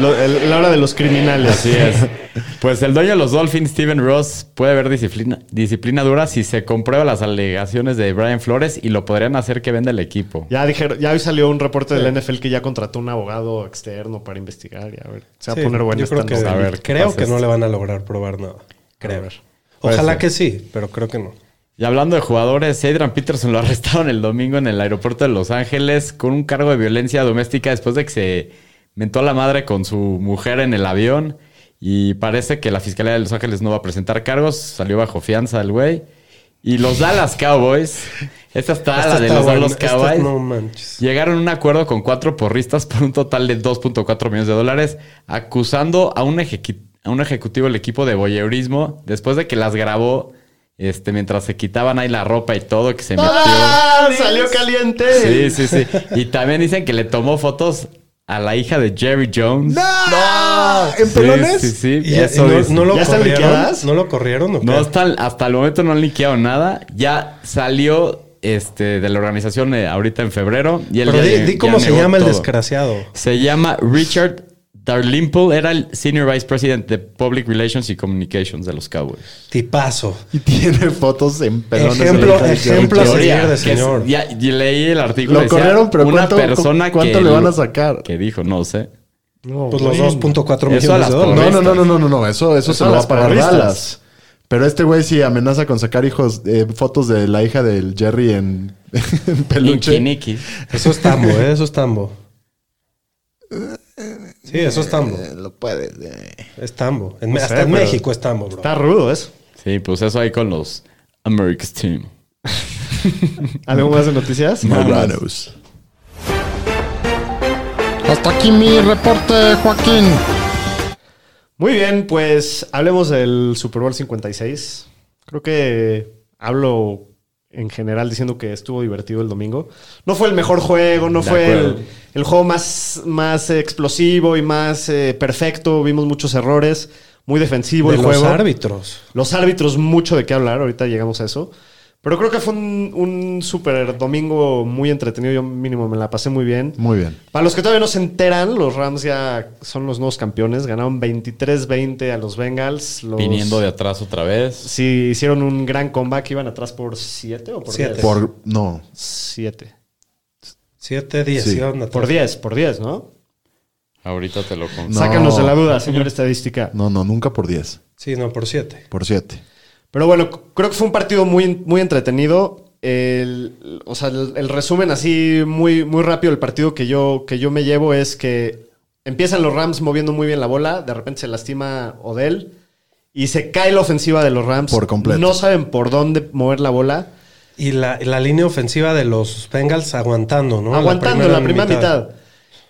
Speaker 3: Lo- el- la hora de los criminales.
Speaker 6: Así es. Pues el dueño de los Dolphins, Steven Ross, puede haber disciplina, disciplina dura si se comprueban las alegaciones de Brian Flores y lo podrían hacer que venda el equipo.
Speaker 3: Ya dijeron, ya hoy salió un reporte del NFL que ya contrató un abogado externo para investigar y a ver. Se va
Speaker 5: Sí,
Speaker 3: a poner bueno
Speaker 5: yo creo
Speaker 3: esta
Speaker 5: que,
Speaker 3: nota.
Speaker 6: A ver, ¿qué
Speaker 5: creo
Speaker 6: pasa
Speaker 5: que no
Speaker 6: esto?
Speaker 5: le van a lograr probar nada. Creo.
Speaker 3: ver.
Speaker 5: Ojalá
Speaker 6: Puede
Speaker 5: que sí, pero creo que no.
Speaker 6: Y hablando de jugadores, Adrian Peterson lo arrestaron el domingo en el aeropuerto de Los Ángeles con un cargo de violencia doméstica después de que se mentó a la madre con su mujer en el avión. Y parece que la Fiscalía de Los Ángeles no va a presentar cargos. Salió bajo fianza el güey. Y los Dallas Cowboys. Esta está
Speaker 5: Esta
Speaker 6: Ah, la de
Speaker 5: Este está
Speaker 6: los
Speaker 5: buena,
Speaker 6: Dallas
Speaker 5: esta
Speaker 6: Cowboys.
Speaker 5: no manches.
Speaker 6: Llegaron a un acuerdo con cuatro porristas por un total de 2.4 millones de dólares, acusando a un, ejecu- a un ejecutivo del equipo de voyeurismo después de que las grabó este, mientras se quitaban ahí la ropa y todo, que se metió.
Speaker 3: ¡Ah! ¡Salió caliente!
Speaker 6: Sí, sí, sí. Y también dicen que le tomó fotos a la hija de Jerry Jones.
Speaker 3: ¡Ah!
Speaker 4: ¡No! ¿En
Speaker 6: Sí,
Speaker 4: pelones?
Speaker 6: Sí, sí,
Speaker 5: Y ya-
Speaker 6: eso
Speaker 5: y no-
Speaker 6: dicen.
Speaker 5: no, lo
Speaker 3: ¿Ya están
Speaker 5: corrieron?
Speaker 3: liquidadas?
Speaker 5: ¿No lo corrieron o qué?
Speaker 6: No, hasta, el- hasta el momento no han liqueado nada. Ya salió este, de la organización eh, ahorita en febrero. Y él
Speaker 5: pero
Speaker 6: ya
Speaker 5: di,
Speaker 6: ne-
Speaker 5: di
Speaker 6: ya
Speaker 5: cómo se
Speaker 6: negó
Speaker 5: llama el
Speaker 6: todo.
Speaker 5: desgraciado.
Speaker 6: Se llama Richard Darlimple. Era el Senior Vice President de Public Relations y Communications de los Cowboys.
Speaker 5: Tipazo.
Speaker 4: Y tiene fotos en pelones.
Speaker 5: Ejemplo-
Speaker 4: en la hija de
Speaker 5: ejemplo
Speaker 4: Joe
Speaker 5: a
Speaker 4: Jones.
Speaker 5: seguir.
Speaker 6: Teoría,
Speaker 5: de
Speaker 6: que es-
Speaker 5: señor.
Speaker 6: ya, y leí el artículo.
Speaker 4: Lo
Speaker 6: decía,
Speaker 4: corrieron, pero
Speaker 6: una
Speaker 4: ¿cuánto-
Speaker 6: persona
Speaker 4: cuánto
Speaker 6: que-
Speaker 4: le van a sacar?
Speaker 6: Que dijo, no sé.
Speaker 3: No,
Speaker 5: Pues los
Speaker 3: güey.
Speaker 5: 2.4
Speaker 6: Eso a
Speaker 5: millones
Speaker 6: las
Speaker 5: de dólares.
Speaker 4: No, no, no, no, no, no, no. Eso, eso se
Speaker 3: a
Speaker 4: lo va
Speaker 3: las
Speaker 4: a pagar
Speaker 3: porristas.
Speaker 4: Dallas. Pero este güey sí amenaza con sacar hijos, eh, fotos de la hija del Jerry en, en peluche.
Speaker 6: Inquiniqui.
Speaker 5: Eso es tambo, ¿eh? Eso es tambo. Sí, eso es tambo.
Speaker 4: Eh, Lo puedes. eh.
Speaker 5: Es tambo. En-
Speaker 3: No sé,
Speaker 5: hasta en
Speaker 3: pero-
Speaker 5: México es tambo, bro.
Speaker 3: Está rudo eso.
Speaker 6: Sí, pues eso ahí con los America's Team.
Speaker 3: ¿Algo más de noticias?
Speaker 4: Marranos. Hasta aquí mi reporte, Joaquín.
Speaker 3: Muy bien, pues hablemos del Super Bowl 56. Creo que hablo en general diciendo que estuvo divertido el domingo. No fue el mejor juego, no
Speaker 6: De
Speaker 3: fue
Speaker 6: acuerdo.
Speaker 3: el, el juego más, más eh, explosivo y más eh, perfecto. Vimos muchos errores, muy defensivo
Speaker 5: De
Speaker 3: el
Speaker 5: los
Speaker 3: juego.
Speaker 5: árbitros.
Speaker 3: Los árbitros, mucho de qué hablar, ahorita llegamos a eso. Pero creo que fue un, un super domingo muy entretenido, yo mínimo me la pasé muy bien.
Speaker 4: Muy bien.
Speaker 3: Para los que todavía no se enteran, los Rams ya son los nuevos campeones. Ganaron 23-20 a los Bengals. Los,
Speaker 6: Viniendo de atrás otra vez.
Speaker 3: Sí, hicieron un gran comeback. Iban atrás por 7 o por
Speaker 5: Siete.
Speaker 3: 10?
Speaker 4: Por. No.
Speaker 3: 7.
Speaker 5: 7, 10.
Speaker 4: Sí.
Speaker 3: Por 10, por 10, ¿no?
Speaker 6: Ahorita te lo confirmo.
Speaker 4: No.
Speaker 3: Sácanos de la duda, señor estadística.
Speaker 4: No, no, nunca por 10.
Speaker 5: Sí, no, por 7.
Speaker 4: Por 7.
Speaker 3: Pero bueno, c- creo que fue un partido muy, muy entretenido. El, o sea, el, el resumen así muy, muy rápido del partido que yo, que yo me llevo es que empiezan los Rams moviendo muy bien la bola, de repente se lastima Odell y se cae la ofensiva de los Rams.
Speaker 4: Por completo.
Speaker 3: No saben por dónde mover la bola.
Speaker 5: Y la, la línea ofensiva de los Bengals aguantando, ¿no?
Speaker 3: aguantando la primera, mitad.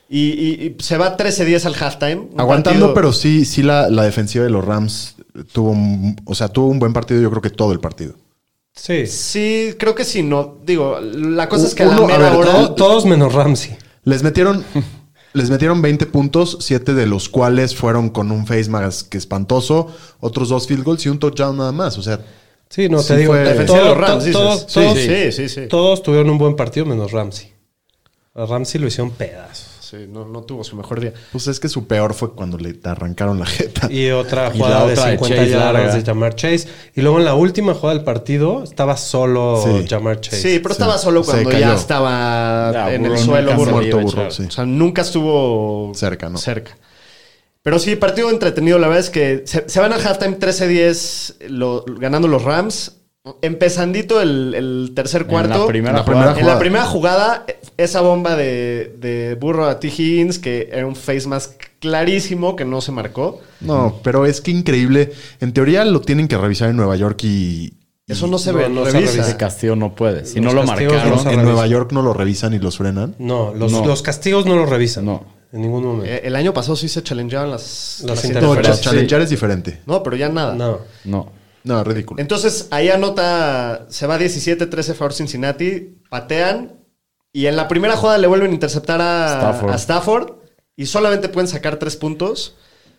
Speaker 3: Y, y- y se va 13-10 al halftime. Un
Speaker 4: Aguantando,
Speaker 3: partido-
Speaker 4: pero sí, sí la, la defensiva de los Rams tuvo un, o sea, tuvo un buen partido, yo creo que todo el partido.
Speaker 5: Sí.
Speaker 3: Sí, creo que sí, no. Digo, la cosa es que a
Speaker 4: Uno,
Speaker 3: la
Speaker 4: a
Speaker 3: mera
Speaker 4: ver,
Speaker 3: hora-
Speaker 5: To- todos menos Ramsey.
Speaker 4: Les metieron, les metieron 20 puntos, 7 de los cuales fueron con un face mask que espantoso, otros dos field goals y un touchdown nada más. O sea,
Speaker 5: Sí, no,
Speaker 4: Sí,
Speaker 5: te digo.
Speaker 4: fue-
Speaker 5: todo-
Speaker 3: Defensiva de los Rams, dices.
Speaker 5: todos-
Speaker 3: Sí,
Speaker 5: todos-
Speaker 3: sí, sí, sí.
Speaker 5: Todos tuvieron un buen partido menos Ramsey. A Ramsey lo hicieron pedazos.
Speaker 3: Sí, no, no tuvo su mejor día.
Speaker 4: Pues es que su peor fue cuando le arrancaron la jeta.
Speaker 5: Y otra
Speaker 6: Y
Speaker 5: jugada
Speaker 6: la otra
Speaker 5: de
Speaker 6: de
Speaker 5: 50
Speaker 6: Chase
Speaker 5: yardas
Speaker 6: larga.
Speaker 5: de Jamar Chase. Y luego en la última jugada del partido estaba solo
Speaker 4: Sí.
Speaker 5: Jamar Chase.
Speaker 3: Sí, pero
Speaker 4: Sí.
Speaker 3: estaba solo
Speaker 4: Se
Speaker 3: cuando
Speaker 4: cayó.
Speaker 3: ya estaba
Speaker 6: Ya,
Speaker 3: Ah, en
Speaker 6: burro
Speaker 3: el
Speaker 6: nunca
Speaker 3: suelo.
Speaker 6: se
Speaker 3: burro.
Speaker 6: le iba a
Speaker 4: Muerto, burro,
Speaker 6: echar.
Speaker 4: sí.
Speaker 3: O sea, nunca estuvo
Speaker 4: Cerca, ¿no?
Speaker 3: cerca. Pero sí, partido entretenido. La verdad es que se, se van al halftime 13-10 lo- ganando los Rams. Empezandito el, el tercer cuarto.
Speaker 6: En la primera
Speaker 4: La
Speaker 6: jugada.
Speaker 4: primera
Speaker 3: En la
Speaker 4: jugada.
Speaker 3: primera jugada, esa bomba de, de burro a T. Higgins, que era un face más clarísimo que no se marcó.
Speaker 4: No, pero es que increíble. En teoría lo tienen que revisar en Nueva York y.
Speaker 3: Eso no se
Speaker 5: No,
Speaker 3: ve,
Speaker 5: no se
Speaker 3: revisa.
Speaker 5: revisa.
Speaker 6: Ese castigo no puede. Si
Speaker 5: Los
Speaker 6: no lo
Speaker 5: castigos
Speaker 6: marcaron.
Speaker 5: no se
Speaker 4: en
Speaker 5: revisa.
Speaker 4: Nueva York no lo revisan y los frenan.
Speaker 5: No, los,
Speaker 6: No.
Speaker 5: los castigos no los revisan.
Speaker 6: No.
Speaker 5: En ningún momento.
Speaker 3: Eh, El año pasado sí se challengeaban las,
Speaker 5: Las
Speaker 4: No,
Speaker 5: Pero
Speaker 4: cha-
Speaker 5: sí.
Speaker 4: challengear es diferente.
Speaker 3: No, pero ya nada.
Speaker 5: No.
Speaker 6: No.
Speaker 4: No, ridículo.
Speaker 3: Entonces ahí anota, se va 17-13 favor Cincinnati, patean y en la primera jugada le vuelven a interceptar a
Speaker 6: Stafford.
Speaker 3: a Stafford y solamente pueden sacar tres puntos.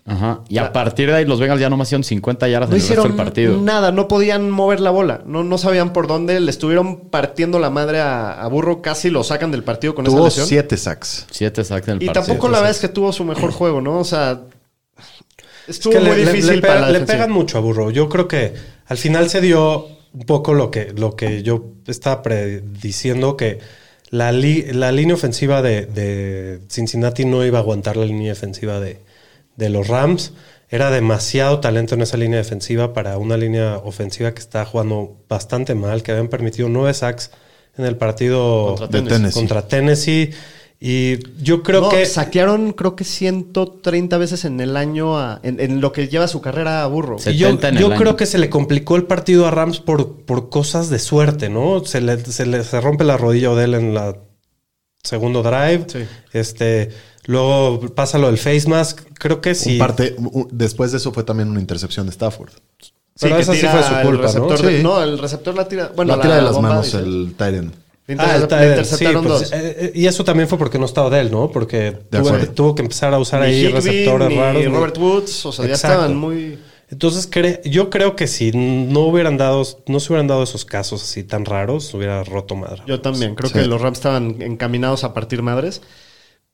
Speaker 6: Ajá. Y a partir de ahí los Bengals ya nomás hicieron 50 yardas
Speaker 3: No
Speaker 6: en el resto del
Speaker 3: hicieron
Speaker 6: partido.
Speaker 3: nada, no podían mover la bola, no, no sabían por dónde, le estuvieron partiendo la madre a, a Burro, casi lo sacan del partido con esa
Speaker 4: Tuvo
Speaker 3: lesión.
Speaker 4: siete sacks.
Speaker 6: Siete sacks en el
Speaker 3: y
Speaker 6: partido.
Speaker 3: tampoco la verdad es que tuvo su mejor juego, ¿no? O sea, estuvo
Speaker 5: que
Speaker 3: muy
Speaker 5: le- le-
Speaker 3: difícil
Speaker 5: le, pega-
Speaker 3: para la
Speaker 5: le
Speaker 3: defensiva.
Speaker 5: pegan mucho a Burro. Yo creo que al final se dio un poco lo que, lo que yo estaba prediciendo que la, li- la línea ofensiva de, de Cincinnati no iba a aguantar la línea defensiva de, de los Rams. Era demasiado talento en esa línea defensiva para una línea ofensiva que está jugando bastante mal, que habían permitido nueve sacks en el partido
Speaker 3: Contra
Speaker 4: Tennessee. Tennessee.
Speaker 5: contra Tennessee. Y yo creo
Speaker 3: No,
Speaker 5: que
Speaker 3: saquearon creo que 130 veces en el año a- en, en lo que lleva su carrera a burro.
Speaker 6: Sí.
Speaker 5: Y yo
Speaker 6: 70 en el
Speaker 5: yo
Speaker 6: año.
Speaker 5: creo que se le complicó el partido a Rams por, por cosas de suerte, ¿no? Se le, se le- se rompe la rodilla de él en la segundo drive.
Speaker 3: Sí.
Speaker 5: Este, luego pasa lo del face mask. Creo que sí.
Speaker 4: Un parte, un- un- después de eso fue también una intercepción de Stafford.
Speaker 5: pero esa sí
Speaker 3: tira
Speaker 5: fue su
Speaker 3: el
Speaker 5: culpa, ¿no?
Speaker 3: receptor de-
Speaker 4: Sí.
Speaker 3: ¿no? el receptor la tira. Bueno,
Speaker 4: la tira de las
Speaker 3: bomba,
Speaker 4: manos,
Speaker 3: dice.
Speaker 4: el Tyrant.
Speaker 3: Le
Speaker 5: Ah,
Speaker 3: intercep-
Speaker 5: está
Speaker 3: le
Speaker 5: bien.
Speaker 3: interceptaron
Speaker 5: Sí, pues,
Speaker 3: dos.
Speaker 5: eh, eh, y eso también fue porque no estaba de él, ¿no? Porque tuvo,
Speaker 4: acuerdo.
Speaker 5: tuvo que empezar a usar
Speaker 3: Ni
Speaker 5: ahí
Speaker 3: Higby,
Speaker 5: receptores
Speaker 3: ni
Speaker 5: raros. ni-
Speaker 3: Robert Woods, o sea, ya
Speaker 5: Exacto.
Speaker 3: estaban muy.
Speaker 5: Entonces, cre- yo creo que si no hubieran dado, no se hubieran dado esos casos así tan raros, hubiera roto madre.
Speaker 3: Yo también, creo
Speaker 4: Sí.
Speaker 3: que los Rams estaban encaminados a partir madres.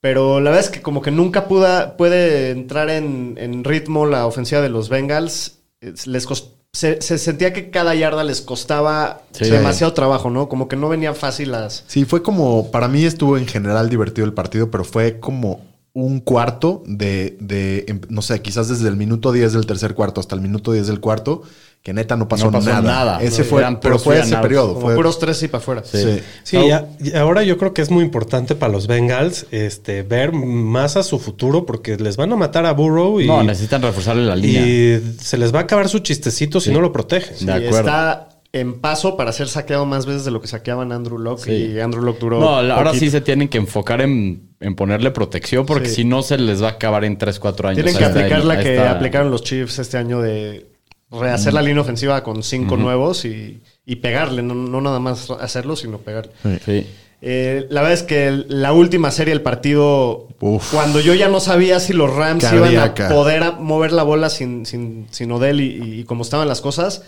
Speaker 3: Pero la verdad es que como que nunca puda, puede entrar en, en ritmo la ofensiva de los Bengals. Es- Les cos- se, se sentía que cada yarda les costaba
Speaker 6: Sí.
Speaker 3: demasiado trabajo, ¿no? Como que no venían fácil las...
Speaker 4: Sí, fue como, para mí estuvo en general divertido el partido, pero fue como un cuarto de, de, em, no sé, quizás desde el minuto 10 del tercer cuarto hasta el minuto 10 del cuarto, que neta no pasó,
Speaker 6: No pasó
Speaker 4: nada.
Speaker 6: nada.
Speaker 4: Ese
Speaker 6: No,
Speaker 4: fue,
Speaker 6: eran
Speaker 4: pero
Speaker 6: puros
Speaker 4: fue
Speaker 6: free
Speaker 4: ese
Speaker 6: and outs,
Speaker 4: periodo.
Speaker 3: Como
Speaker 4: fue-
Speaker 3: puros tres y para afuera.
Speaker 4: sí.
Speaker 5: Sí, ya- y ahora yo creo que es muy importante para los Bengals este, ver más a su futuro porque les van a matar a Burrow y,
Speaker 6: No, necesitan reforzarle la línea.
Speaker 5: y se les va a acabar su chistecito si
Speaker 6: Sí.
Speaker 5: no lo protegen.
Speaker 6: De
Speaker 3: Y
Speaker 6: acuerdo.
Speaker 3: está en paso para ser saqueado más veces de lo que saqueaban Andrew Locke
Speaker 6: Sí.
Speaker 3: y Andrew Locke duró.
Speaker 6: No, la- ahora
Speaker 3: poquito.
Speaker 6: sí se tienen que enfocar en, en ponerle protección porque
Speaker 3: Sí.
Speaker 6: si no se les va a acabar en 3, 4 años.
Speaker 3: Tienen
Speaker 6: Ahí
Speaker 3: que
Speaker 6: está
Speaker 3: aplicar
Speaker 6: el-
Speaker 3: la
Speaker 6: ahí
Speaker 3: que
Speaker 6: está-
Speaker 3: aplicaron los Chiefs este año de rehacer la línea ofensiva con cinco nuevos y, y pegarle, no, no nada más hacerlo, sino pegarle.
Speaker 6: Sí.
Speaker 3: Eh, la verdad es que el- la última serie del partido,
Speaker 4: Uf.
Speaker 3: cuando yo ya no sabía si los Rams
Speaker 4: Cardíaca.
Speaker 3: iban a poder a- mover la bola sin, sin, sin Odell y, y como estaban las cosas,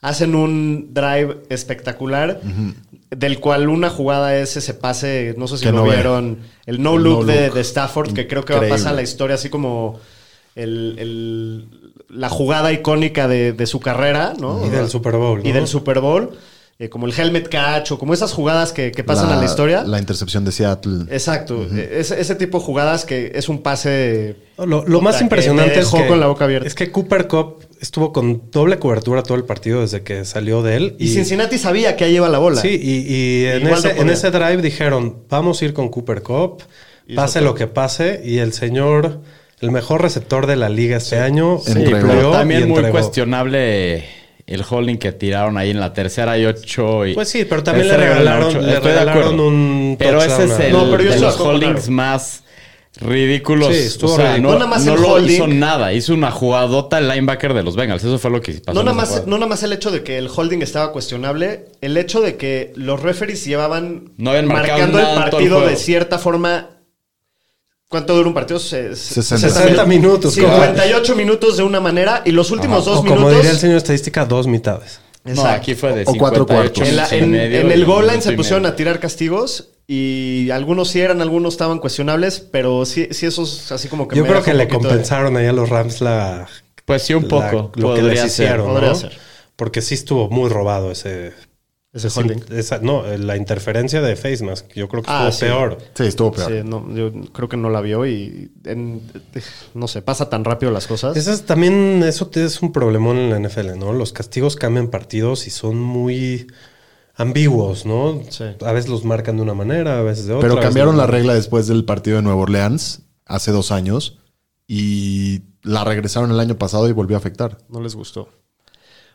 Speaker 3: hacen un drive espectacular, del cual una jugada es ese pase, no sé si
Speaker 4: Que
Speaker 3: lo
Speaker 4: no ve.
Speaker 3: vieron, el no
Speaker 4: El
Speaker 3: look,
Speaker 4: no
Speaker 3: de,
Speaker 4: look.
Speaker 3: de Stafford, que creo que va a
Speaker 4: Increíble.
Speaker 3: pasar a la historia así como el- el- la jugada icónica de, de su carrera, ¿no?
Speaker 5: Y del Super Bowl,
Speaker 3: Y
Speaker 5: ¿no?
Speaker 3: del Super Bowl. eh, como el helmet catch o como esas jugadas que, que pasan a la historia.
Speaker 4: La intercepción de Seattle.
Speaker 3: Exacto. E- ese, ese tipo de jugadas que es un pase.
Speaker 5: Lo, lo
Speaker 3: que
Speaker 5: más
Speaker 3: te
Speaker 5: impresionante es,
Speaker 3: dejó
Speaker 5: que,
Speaker 3: con la boca abierta.
Speaker 5: es que Cooper Cup estuvo con doble cobertura todo el partido desde que salió de él.
Speaker 3: Y, Cincinnati sabía que ahí iba la bola.
Speaker 5: Sí, y, y en,
Speaker 3: Igual no
Speaker 5: ese, en
Speaker 3: podía.
Speaker 5: ese drive dijeron, vamos a ir con Cooper Cup, pase lo que pase, y el señor, el mejor receptor de la liga este año,
Speaker 4: Sí,
Speaker 6: Sí,
Speaker 4: Entregó.
Speaker 6: pero
Speaker 5: cumplió y
Speaker 6: también muy
Speaker 5: entregó.
Speaker 6: cuestionable el holding que tiraron ahí en la tercera y ocho. Y
Speaker 5: Pues sí, pero también
Speaker 6: Ese
Speaker 5: le regalaron-
Speaker 6: ocho.
Speaker 5: le
Speaker 6: Estoy de
Speaker 5: regalaron
Speaker 6: acuerdo.
Speaker 5: un
Speaker 6: Pero ese
Speaker 5: touchdown
Speaker 6: es
Speaker 5: a-
Speaker 6: el
Speaker 3: No, pero yo
Speaker 6: de
Speaker 3: se
Speaker 6: los
Speaker 3: las compro,
Speaker 6: holdings
Speaker 3: claro.
Speaker 6: más ridículos.
Speaker 5: Sí, estuvo
Speaker 6: o sea,
Speaker 5: ridículo.
Speaker 6: no,
Speaker 3: No nada más
Speaker 6: no
Speaker 3: el
Speaker 6: lo
Speaker 3: holding.
Speaker 6: hizo nada. Hizo una jugadota el linebacker de los Bengals. Eso fue lo que pasó.
Speaker 3: No
Speaker 6: en
Speaker 3: nada,
Speaker 6: esa
Speaker 3: más,
Speaker 6: jugada.
Speaker 3: no nada más el hecho de que el holding estaba cuestionable, el hecho de que los referees llevaban
Speaker 6: No habían marcado
Speaker 3: marcando el
Speaker 6: nada en todo el
Speaker 3: partido de
Speaker 6: juego.
Speaker 3: cierta forma. ¿Cuánto dura un partido? Se- se-
Speaker 4: 60.
Speaker 5: 60 minutos,
Speaker 3: 58 minutos de una manera y los últimos
Speaker 5: O
Speaker 3: dos
Speaker 5: como
Speaker 3: minutos.
Speaker 5: diría el señor estadística, dos mitades.
Speaker 6: No, aquí fue de
Speaker 4: O cuatro
Speaker 6: 58
Speaker 4: cuartos.
Speaker 3: En, la-
Speaker 6: minutos y
Speaker 3: en-
Speaker 6: Pues medio
Speaker 3: en
Speaker 6: y
Speaker 3: el goal line
Speaker 6: minuto
Speaker 3: se
Speaker 6: y
Speaker 3: pusieron
Speaker 6: medio.
Speaker 3: a tirar castigos Y algunos sí eran, algunos estaban cuestionables, pero sí, sí esos así como que
Speaker 5: Yo
Speaker 3: me
Speaker 5: creo
Speaker 3: dejó
Speaker 5: que
Speaker 3: un
Speaker 5: le
Speaker 3: poquito de-
Speaker 5: compensaron ahí a los Rams la,
Speaker 6: Pues sí, un
Speaker 5: la-
Speaker 6: poco.
Speaker 5: lo que les
Speaker 6: podría ser.
Speaker 5: hicieron. ¿no?
Speaker 3: podría ser.
Speaker 5: Porque sí estuvo muy robado ese.
Speaker 3: Ese holding.
Speaker 5: esa- no, la interferencia de Face Mask. Yo creo que estuvo
Speaker 3: Ah, sí.
Speaker 5: peor.
Speaker 4: Sí, estuvo peor.
Speaker 3: Sí, no, yo creo que no la vio y en- no sé, pasa tan rápido las cosas.
Speaker 5: Eso es también, eso te- es un problemón en la NFL, ¿no? Los castigos cambian partidos y son muy ambiguos, ¿no?
Speaker 3: Sí.
Speaker 5: A veces los marcan de una manera, a veces de otra. a
Speaker 4: Pero
Speaker 5: veces
Speaker 4: cambiaron
Speaker 5: de
Speaker 4: la
Speaker 5: otra.
Speaker 4: regla después del partido de Nueva Orleans hace dos años y la regresaron el año pasado y volvió a afectar.
Speaker 3: No les gustó.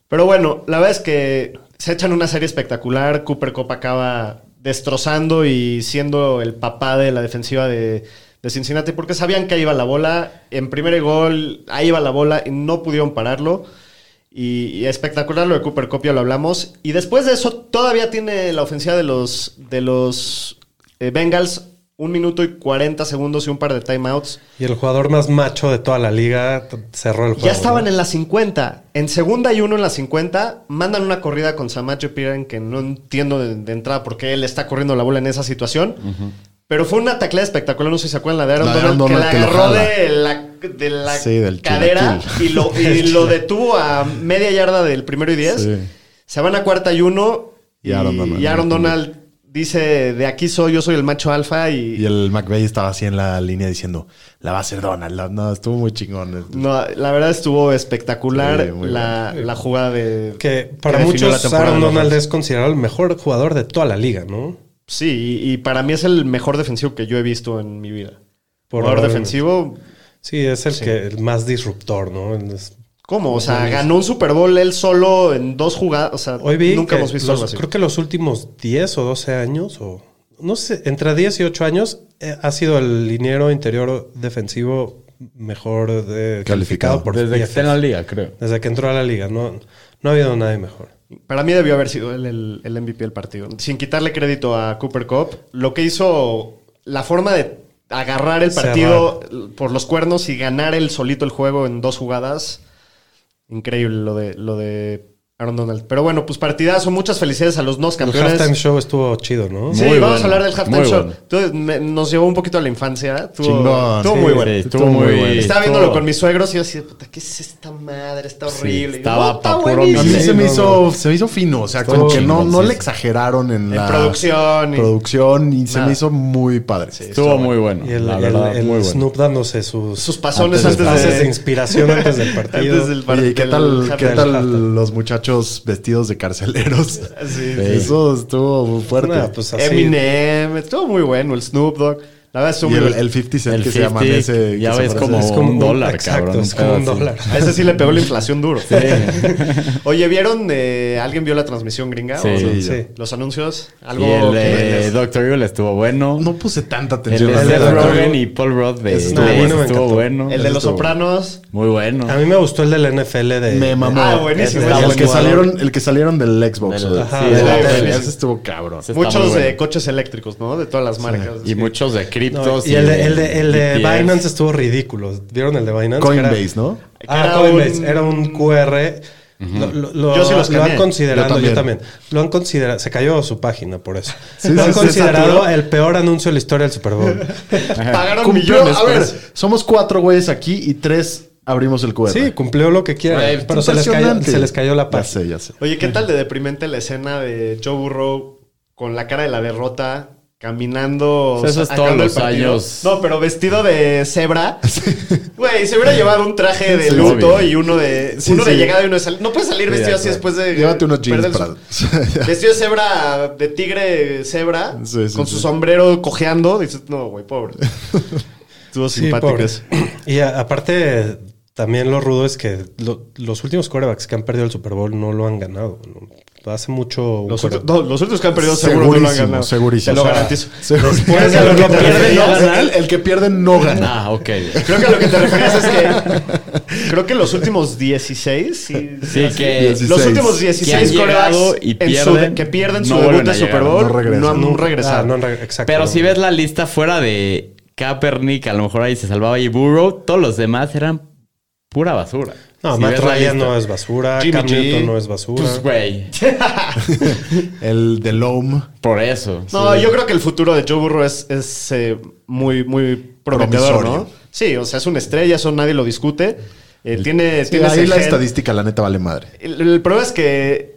Speaker 3: Pero bueno, la verdad es que se echan una serie espectacular. Cooper Cup acaba destrozando y siendo el papá de la defensiva de, de Cincinnati porque sabían que ahí iba la bola. En primer gol, ahí iba la bola y no pudieron pararlo. Y, y espectacular lo de Cooper Cup, ya lo hablamos. Y después de eso, todavía tiene la ofensiva de los, de los eh, Bengals un minuto y 40 segundos y un par de timeouts.
Speaker 5: Y el jugador más macho de toda la liga t- cerró el juego.
Speaker 3: Ya estaban
Speaker 5: ¿no?
Speaker 3: en la 50. En segunda y uno en la 50, mandan una corrida con Samaje Piran, que no entiendo de, de entrada por qué él está corriendo la bola en esa situación. Pero fue una tacleada espectacular, no sé si se acuerdan, la de Aaron
Speaker 4: La de Aaron
Speaker 3: Donald, que la
Speaker 4: Donald que lo
Speaker 3: agarró
Speaker 4: jala.
Speaker 3: de la, de la
Speaker 4: Sí, del
Speaker 3: cadera y lo, y lo detuvo a media yarda del primero y diez.
Speaker 4: Sí.
Speaker 3: Se van a cuarta y uno y,
Speaker 4: Y Aaron Donald.
Speaker 3: y Aaron Donald dice, de aquí soy, yo soy el macho alfa y...
Speaker 4: Y el McVeigh estaba así en la línea diciendo, la va a hacer Donald. La- No, estuvo muy chingón.
Speaker 3: No, la verdad estuvo espectacular
Speaker 4: Sí, muy
Speaker 3: la, la jugada de...
Speaker 5: Que para
Speaker 3: definió la
Speaker 5: muchos
Speaker 3: temporada
Speaker 5: Aaron
Speaker 3: de los
Speaker 5: Donald
Speaker 3: Rams.
Speaker 5: es considerado el mejor jugador de toda la liga, ¿no?
Speaker 3: Sí, y, y para mí es el mejor defensivo que yo he visto en mi vida.
Speaker 5: Por
Speaker 3: Jugador
Speaker 5: ahora,
Speaker 3: defensivo,
Speaker 5: Sí, es el que el más disruptor, ¿no? Es-
Speaker 3: ¿cómo? O sea, ganó un Super Bowl él solo en dos jugadas. O sea,
Speaker 5: Hoy vi
Speaker 3: nunca
Speaker 5: que
Speaker 3: hemos visto
Speaker 5: los-
Speaker 3: algo así.
Speaker 5: creo que los últimos 10 o 12 años, o no sé, entre 10 y 8 años, eh, ha sido el liniero interior defensivo mejor de-
Speaker 4: Calificado.
Speaker 5: calificado. por
Speaker 6: Desde que
Speaker 5: PFF.
Speaker 6: está en la liga, creo.
Speaker 5: Desde que entró a la liga, no, no ha habido nadie mejor.
Speaker 3: Para mí debió haber sido él el, el MVP del partido. Sin quitarle crédito a Cooper Cup, lo que hizo, la forma de agarrar el partido por los cuernos y ganar él solito el juego en dos jugadas, increíble lo de, lo de Aaron Donald. Pero bueno, pues partidazo, muchas felicidades a los dos
Speaker 5: El
Speaker 3: campeones.
Speaker 5: halftime show estuvo chido, ¿no?
Speaker 3: Sí,
Speaker 6: Muy
Speaker 3: vamos
Speaker 6: bueno,
Speaker 3: a hablar del halftime
Speaker 6: muy
Speaker 3: show.
Speaker 6: bueno.
Speaker 3: Entonces, me- nos llevó un poquito a la infancia. Estuvo,
Speaker 4: Chingón.
Speaker 3: estuvo
Speaker 4: Sí,
Speaker 3: muy
Speaker 6: sí,
Speaker 3: bueno.
Speaker 6: estuvo muy bueno.
Speaker 3: Estaba
Speaker 6: Estuvo-
Speaker 3: viéndolo con mis suegros y yo así, de, puta, ¿qué es esta madre? Está horrible. Y yo,
Speaker 6: estaba
Speaker 3: "No, está
Speaker 6: pa' puro
Speaker 4: A
Speaker 3: buenísimo".
Speaker 4: mí
Speaker 6: Sí,
Speaker 4: se, me
Speaker 5: no,
Speaker 4: hizo, se me hizo fino, o sea,
Speaker 6: Estuvo
Speaker 4: como que no,
Speaker 6: chingón,
Speaker 4: no
Speaker 6: sí,
Speaker 4: le
Speaker 6: sí.
Speaker 4: exageraron en
Speaker 3: En
Speaker 4: la
Speaker 3: producción. y-
Speaker 4: producción y se
Speaker 3: Nada.
Speaker 4: me hizo muy padre.
Speaker 6: Estuvo muy bueno.
Speaker 5: Y el,
Speaker 6: la
Speaker 5: el-
Speaker 6: verdad,
Speaker 5: el
Speaker 6: muy bueno.
Speaker 5: Snoop dándose sus,
Speaker 3: sus pasones
Speaker 5: sus
Speaker 3: antes,
Speaker 5: pases de,
Speaker 3: de,
Speaker 5: inspiración antes del partido.
Speaker 3: antes del
Speaker 4: Oye, ¿y ¿qué
Speaker 3: del
Speaker 4: tal, qué
Speaker 3: halftime.
Speaker 4: tal los muchachos vestidos de carceleros?
Speaker 3: Sí, sí.
Speaker 4: Eso estuvo muy fuerte.
Speaker 5: Nada, pues así.
Speaker 3: Eminem, estuvo muy bueno, el Snoop Dogg. La verdad estuvo
Speaker 4: y
Speaker 3: muy
Speaker 4: el,
Speaker 3: bueno.
Speaker 4: el 50 Cent
Speaker 6: El
Speaker 4: que
Speaker 6: 50,
Speaker 4: se llama ese.
Speaker 6: ya
Speaker 4: que se
Speaker 6: ves
Speaker 4: parece-
Speaker 6: cómo-
Speaker 5: Es
Speaker 6: un dólar,
Speaker 5: exacto,
Speaker 6: cabrón,
Speaker 5: es
Speaker 6: un
Speaker 5: como un
Speaker 6: pedo así.
Speaker 5: dólar.
Speaker 3: A ese sí le pegó la inflación duro. Oye, ¿vieron? eh, ¿Alguien vio la transmisión gringa?
Speaker 6: Sí,
Speaker 3: O sea,
Speaker 6: yo.
Speaker 5: sí.
Speaker 3: Los anuncios.
Speaker 6: Y
Speaker 3: Algo
Speaker 6: el
Speaker 3: que-
Speaker 6: eh, Dr. Evil estuvo bueno.
Speaker 4: No puse tanta
Speaker 6: el
Speaker 4: atención.
Speaker 6: de
Speaker 4: la
Speaker 5: el
Speaker 6: Seth
Speaker 4: verdad.
Speaker 5: Dr.
Speaker 6: Rogen
Speaker 5: Evil.
Speaker 6: y Paul Rudd de
Speaker 4: Ese
Speaker 5: estuvo
Speaker 6: Blaze
Speaker 5: bueno, me
Speaker 6: estuvo
Speaker 5: encantó.
Speaker 6: bueno.
Speaker 3: el de los
Speaker 4: estuvo
Speaker 3: Sopranos.
Speaker 6: Muy bueno.
Speaker 5: A mí me gustó el del NFL de...
Speaker 4: Me mamó.
Speaker 3: Ah, buenísimo.
Speaker 4: Está
Speaker 3: Ese
Speaker 4: El,
Speaker 3: es
Speaker 4: que
Speaker 3: jugador.
Speaker 4: salieron, el que salieron del Xbox.
Speaker 6: Del-
Speaker 4: o del-
Speaker 5: Ajá,
Speaker 4: sí,
Speaker 5: del
Speaker 4: del
Speaker 3: Xbox.
Speaker 4: Xbox. Ese estuvo cabrón.
Speaker 6: Ese está
Speaker 3: Muchos
Speaker 6: muy bueno.
Speaker 3: de coches eléctricos, ¿no? De todas las marcas.
Speaker 6: Y muchos de
Speaker 5: No,
Speaker 6: criptos.
Speaker 5: y el de, el de- el de
Speaker 6: ETFs.
Speaker 5: Binance estuvo ridículo. ¿Vieron el de Binance? Que
Speaker 4: Coinbase,
Speaker 5: era-
Speaker 4: ¿no?
Speaker 5: Ah,
Speaker 3: Era
Speaker 5: Coinbase.
Speaker 3: un-
Speaker 5: Era un QR. Lo- lo- lo-
Speaker 3: Yo sí lo escaneé.
Speaker 5: han considerado,
Speaker 4: Yo
Speaker 5: yo
Speaker 4: también.
Speaker 5: también. Lo han considerado, se cayó su página por eso.
Speaker 4: Sí,
Speaker 5: lo
Speaker 4: sí,
Speaker 5: han
Speaker 4: sí,
Speaker 5: considerado
Speaker 4: saturó.
Speaker 5: el peor anuncio de la historia del Super Bowl.
Speaker 3: Pagaron
Speaker 4: Cumplió-
Speaker 3: millones.
Speaker 4: a
Speaker 3: por
Speaker 4: ver,
Speaker 3: eso.
Speaker 5: pues.
Speaker 4: somos cuatro güeyes aquí y tres abrimos el QR.
Speaker 5: sí, cumplió lo que quiera.
Speaker 4: Güey,
Speaker 5: pero se les, cayó,
Speaker 4: impresionante.
Speaker 5: se les cayó la
Speaker 4: Ya
Speaker 5: página.
Speaker 4: sé, ya sé.
Speaker 3: Oye, ¿qué tal de deprimente la escena de Joe Burrow con la cara de la derrota? Caminando.
Speaker 6: O sea, eso es
Speaker 3: sacando
Speaker 6: todos
Speaker 3: el
Speaker 6: los
Speaker 3: partido?
Speaker 6: años.
Speaker 3: No, pero vestido de cebra. Güey, se hubiera llevado un traje de
Speaker 6: Sí,
Speaker 3: luto
Speaker 6: obvio.
Speaker 3: y uno de.
Speaker 4: Sí,
Speaker 3: uno de
Speaker 4: sí.
Speaker 3: llegada y uno de salida. No puedes salir
Speaker 6: Sí,
Speaker 3: vestido
Speaker 6: de
Speaker 3: así
Speaker 6: acuerdo.
Speaker 3: Pues después de.
Speaker 4: Llévate unos jeans
Speaker 3: perder el-
Speaker 4: Prada. Ya.
Speaker 3: Vestido de cebra, de tigre cebra,
Speaker 4: Sí, sí,
Speaker 3: con
Speaker 4: sí.
Speaker 3: su sombrero cojeando. Dices, no, güey, pobre. Estuvo
Speaker 5: Sí,
Speaker 3: simpático
Speaker 5: pobre.
Speaker 3: eso.
Speaker 5: Y a- aparte, también lo rudo es que lo- los últimos quarterbacks que han perdido el Super Bowl no lo han ganado. ¿no? Hace mucho. un
Speaker 3: Los,
Speaker 5: quarter-
Speaker 3: últimos- no, los últimos que han perdido seguro no lo han
Speaker 4: Segurísimo,
Speaker 3: ganado.
Speaker 4: segurísimo.
Speaker 3: Te lo
Speaker 4: O sea,
Speaker 3: garantizo.
Speaker 4: segurísimo.
Speaker 3: Después de lo que te
Speaker 6: pierde,
Speaker 3: referías-
Speaker 6: no gana. ganar.
Speaker 4: El, el que pierde no gana.
Speaker 6: Ah, ok.
Speaker 3: Creo que a lo que te refieres es que creo que los últimos 16 sí,
Speaker 6: Sí, que
Speaker 4: Dieciséis.
Speaker 3: los últimos
Speaker 6: Que han
Speaker 3: 16
Speaker 6: llegado
Speaker 3: corebacks
Speaker 6: y
Speaker 3: en su-
Speaker 6: pierden,
Speaker 3: que pierden su
Speaker 6: no
Speaker 3: debut
Speaker 6: vuelven
Speaker 3: de
Speaker 6: a
Speaker 3: Super
Speaker 6: llegar,
Speaker 3: Bowl
Speaker 4: no regresan.
Speaker 3: no han
Speaker 5: No,
Speaker 3: regresado.
Speaker 5: ah, no han re- exacto.
Speaker 6: Pero
Speaker 5: no.
Speaker 6: si ves la lista fuera de Kaepernick, a lo mejor ahí se salvaba y Burrow, todos los demás eran pura basura.
Speaker 5: No,
Speaker 6: Si
Speaker 5: Matt
Speaker 6: ves la
Speaker 5: Ryan
Speaker 6: lista.
Speaker 5: no es basura,
Speaker 6: Jimmy
Speaker 5: Cam
Speaker 6: G.
Speaker 5: Newton no es basura.
Speaker 6: Pues, güey,
Speaker 4: El de Loam.
Speaker 6: por eso.
Speaker 3: No, yo creo que el futuro de Joe Burrow es, es, eh, muy, muy prometedor,
Speaker 4: Promisorio.
Speaker 3: ¿no? Sí, o sea, es una estrella, eso nadie lo discute. Eh, tiene,
Speaker 4: Sí,
Speaker 3: tiene
Speaker 4: ahí
Speaker 3: ese
Speaker 4: la
Speaker 3: gen.
Speaker 4: estadística, la neta, vale madre.
Speaker 3: El, el problema es que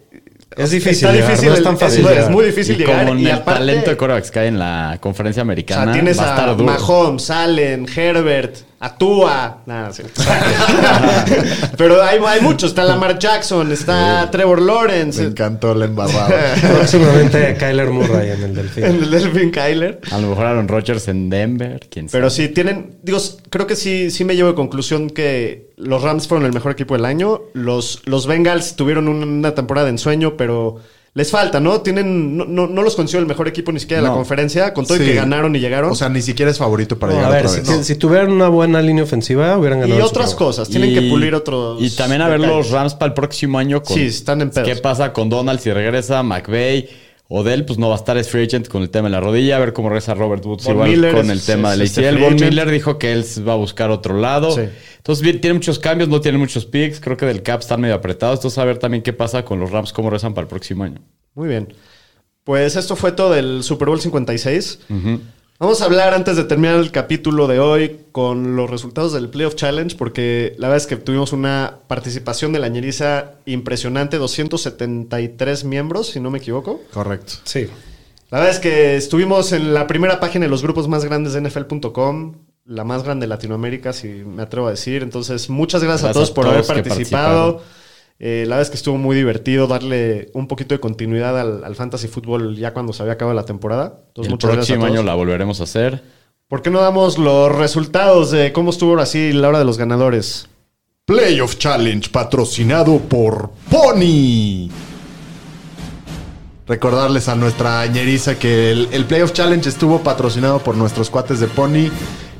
Speaker 5: Es difícil
Speaker 3: Está
Speaker 5: llegar,
Speaker 3: difícil,
Speaker 5: no es
Speaker 3: el-
Speaker 5: tan
Speaker 3: es-
Speaker 5: fácil
Speaker 3: es
Speaker 5: llegar.
Speaker 3: muy difícil
Speaker 6: y
Speaker 3: llegar,
Speaker 6: Con
Speaker 3: y
Speaker 6: el
Speaker 3: aparte-
Speaker 6: talento de corebacks que hay en la conferencia
Speaker 3: o sea,
Speaker 6: americana.
Speaker 3: tienes
Speaker 6: va a estar
Speaker 3: a
Speaker 6: duro.
Speaker 3: Mahomes, Allen, Herbert, Atua. Nada, sí. Pero hay, hay muchos. Está Lamar Jackson, está Trevor
Speaker 4: Me
Speaker 3: Lawrence,
Speaker 4: encantó la embarrada.
Speaker 5: Próximamente Kyler Murray en el
Speaker 3: en
Speaker 5: Delfín.
Speaker 3: el Delvin Kyler.
Speaker 6: A lo mejor Aaron Rodgers en Denver, quién sabe.
Speaker 3: Pero sí, tienen, digo, s- creo que sí, sí me llevo a conclusión que los Rams fueron el mejor equipo del año. Los, los Bengals tuvieron un- una temporada de ensueño, pero les falta, ¿no? Tienen, no, no, no los considero el mejor equipo ni siquiera de la
Speaker 6: No.
Speaker 3: conferencia, con todo y
Speaker 4: Sí.
Speaker 3: que ganaron y llegaron.
Speaker 4: O sea, ni siquiera es favorito para
Speaker 5: No, a
Speaker 4: llegar
Speaker 5: ver,
Speaker 4: otra
Speaker 5: si,
Speaker 4: vez. No.
Speaker 5: si tuvieran una buena línea ofensiva, hubieran
Speaker 3: y
Speaker 5: ganado. el Super
Speaker 3: otras
Speaker 5: Bowl.
Speaker 3: cosas, tienen que
Speaker 6: Y-
Speaker 3: pulir otros.
Speaker 6: Y también a ver
Speaker 3: detalles.
Speaker 6: los Rams para el próximo año. Con,
Speaker 3: Sí, están en pedos.
Speaker 6: ¿Qué pasa con Donald si regresa McVay? Odell, pues no va a estar, es free agent con el tema de la rodilla. A ver cómo regresa Robert Woods
Speaker 3: Von
Speaker 6: igual
Speaker 3: Miller
Speaker 6: con
Speaker 3: es-
Speaker 6: el tema
Speaker 3: es
Speaker 6: del
Speaker 3: este
Speaker 6: ACL.
Speaker 3: free
Speaker 6: Von
Speaker 3: agent.
Speaker 6: Miller dijo que él se va a buscar otro lado.
Speaker 3: Sí.
Speaker 6: Entonces, bien, tiene muchos cambios, no tiene muchos picks. Creo que del cap están medio apretados. Entonces, a ver también qué pasa con los Rams, cómo rezan para el próximo año.
Speaker 3: Muy bien. Pues esto fue todo del Super Bowl 56. Vamos a hablar antes de terminar el capítulo de hoy con los resultados del Playoff Challenge, porque la verdad es que tuvimos una participación de la ñeriza impresionante, 273 miembros, si no me equivoco.
Speaker 4: Correcto.
Speaker 5: Sí.
Speaker 3: La verdad es que estuvimos en la primera página de los grupos más grandes de NFL.com, la más grande de Latinoamérica, si me atrevo a decir. Entonces, muchas gracias, a
Speaker 6: Gracias
Speaker 3: todos
Speaker 6: a
Speaker 3: por
Speaker 6: todos
Speaker 3: haber
Speaker 6: que
Speaker 3: participado. Eh, la verdad es que estuvo muy divertido darle un poquito de continuidad al, al fantasy fútbol ya cuando se había acabado la temporada. Entonces,
Speaker 6: el
Speaker 3: muchas gracias. a
Speaker 6: próximo
Speaker 3: todos.
Speaker 6: año la volveremos a hacer.
Speaker 3: ¿Por qué no damos los resultados de cómo estuvo ahora sí la hora de los ganadores?
Speaker 4: Playoff Challenge patrocinado por Pony. Recordarles a nuestra añeriza que el, el Playoff Challenge estuvo patrocinado por nuestros cuates de Pony,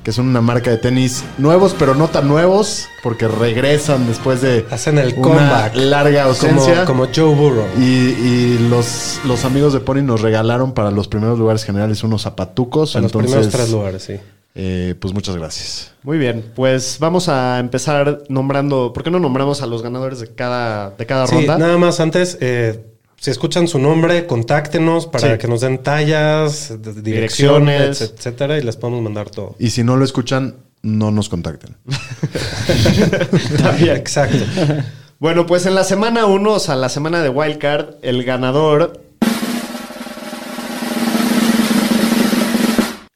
Speaker 4: que son una marca de tenis nuevos, pero no tan nuevos, porque regresan después de
Speaker 5: Hacen el
Speaker 4: una
Speaker 5: comeback.
Speaker 4: larga ausencia.
Speaker 5: Como, como Joe Burrow.
Speaker 4: Y, y los, los amigos de Pony nos regalaron para los primeros lugares generales unos zapatucos.
Speaker 5: en los
Speaker 4: entonces,
Speaker 5: primeros tres lugares, sí.
Speaker 4: eh, pues muchas gracias.
Speaker 3: Muy bien, pues vamos a empezar nombrando. ¿Por qué no nombramos a los ganadores de cada, de cada
Speaker 5: Sí,
Speaker 3: ronda?
Speaker 5: nada más antes, eh, si escuchan su nombre, contáctenos para
Speaker 3: Sí.
Speaker 5: que nos den tallas,
Speaker 3: Direcciones.
Speaker 5: d- direcciones, etcétera, y les podemos mandar todo.
Speaker 4: Y si no lo escuchan, no nos contacten.
Speaker 5: Exacto.
Speaker 3: Bueno, pues en la semana 1, o sea, la semana de Wildcard, el ganador.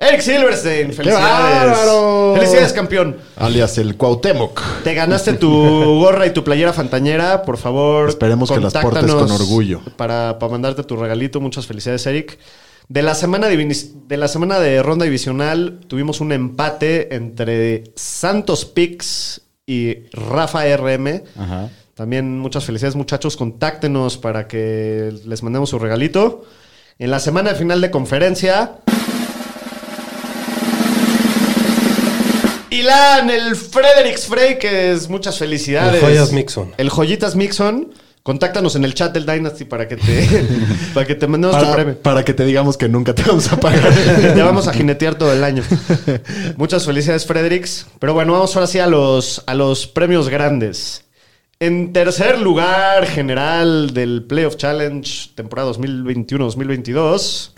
Speaker 3: Eric Silverstein, felicidades.
Speaker 4: bárbaro!
Speaker 3: Felicidades, campeón.
Speaker 4: Alias el Cuauhtémoc.
Speaker 3: Te ganaste tu gorra y tu playera fantañera, por favor.
Speaker 4: Esperemos que las portes
Speaker 3: contáctanos
Speaker 4: con orgullo.
Speaker 3: Para, para mandarte tu regalito, muchas felicidades, Eric. De la, semana de, vinis- de la semana de ronda divisional tuvimos un empate entre Santos Pix y Rafa RM.
Speaker 6: Ajá.
Speaker 3: También muchas felicidades, muchachos. Contáctenos para que les mandemos su regalito. En la semana de final de conferencia. Ilan, el Fredericks Frey, que es muchas felicidades.
Speaker 5: El Joyas Mixon.
Speaker 3: El Joyitas Mixon. Contáctanos en el chat del Dynasty para que te, para que te mandemos tu premio.
Speaker 4: Para, para que te digamos que nunca te vamos a pagar.
Speaker 3: Te vamos a jinetear todo el año. Muchas felicidades, Fredericks. Pero bueno, vamos ahora sí a los, a los premios grandes. En tercer lugar general del Playoff Challenge, temporada 2021-2022.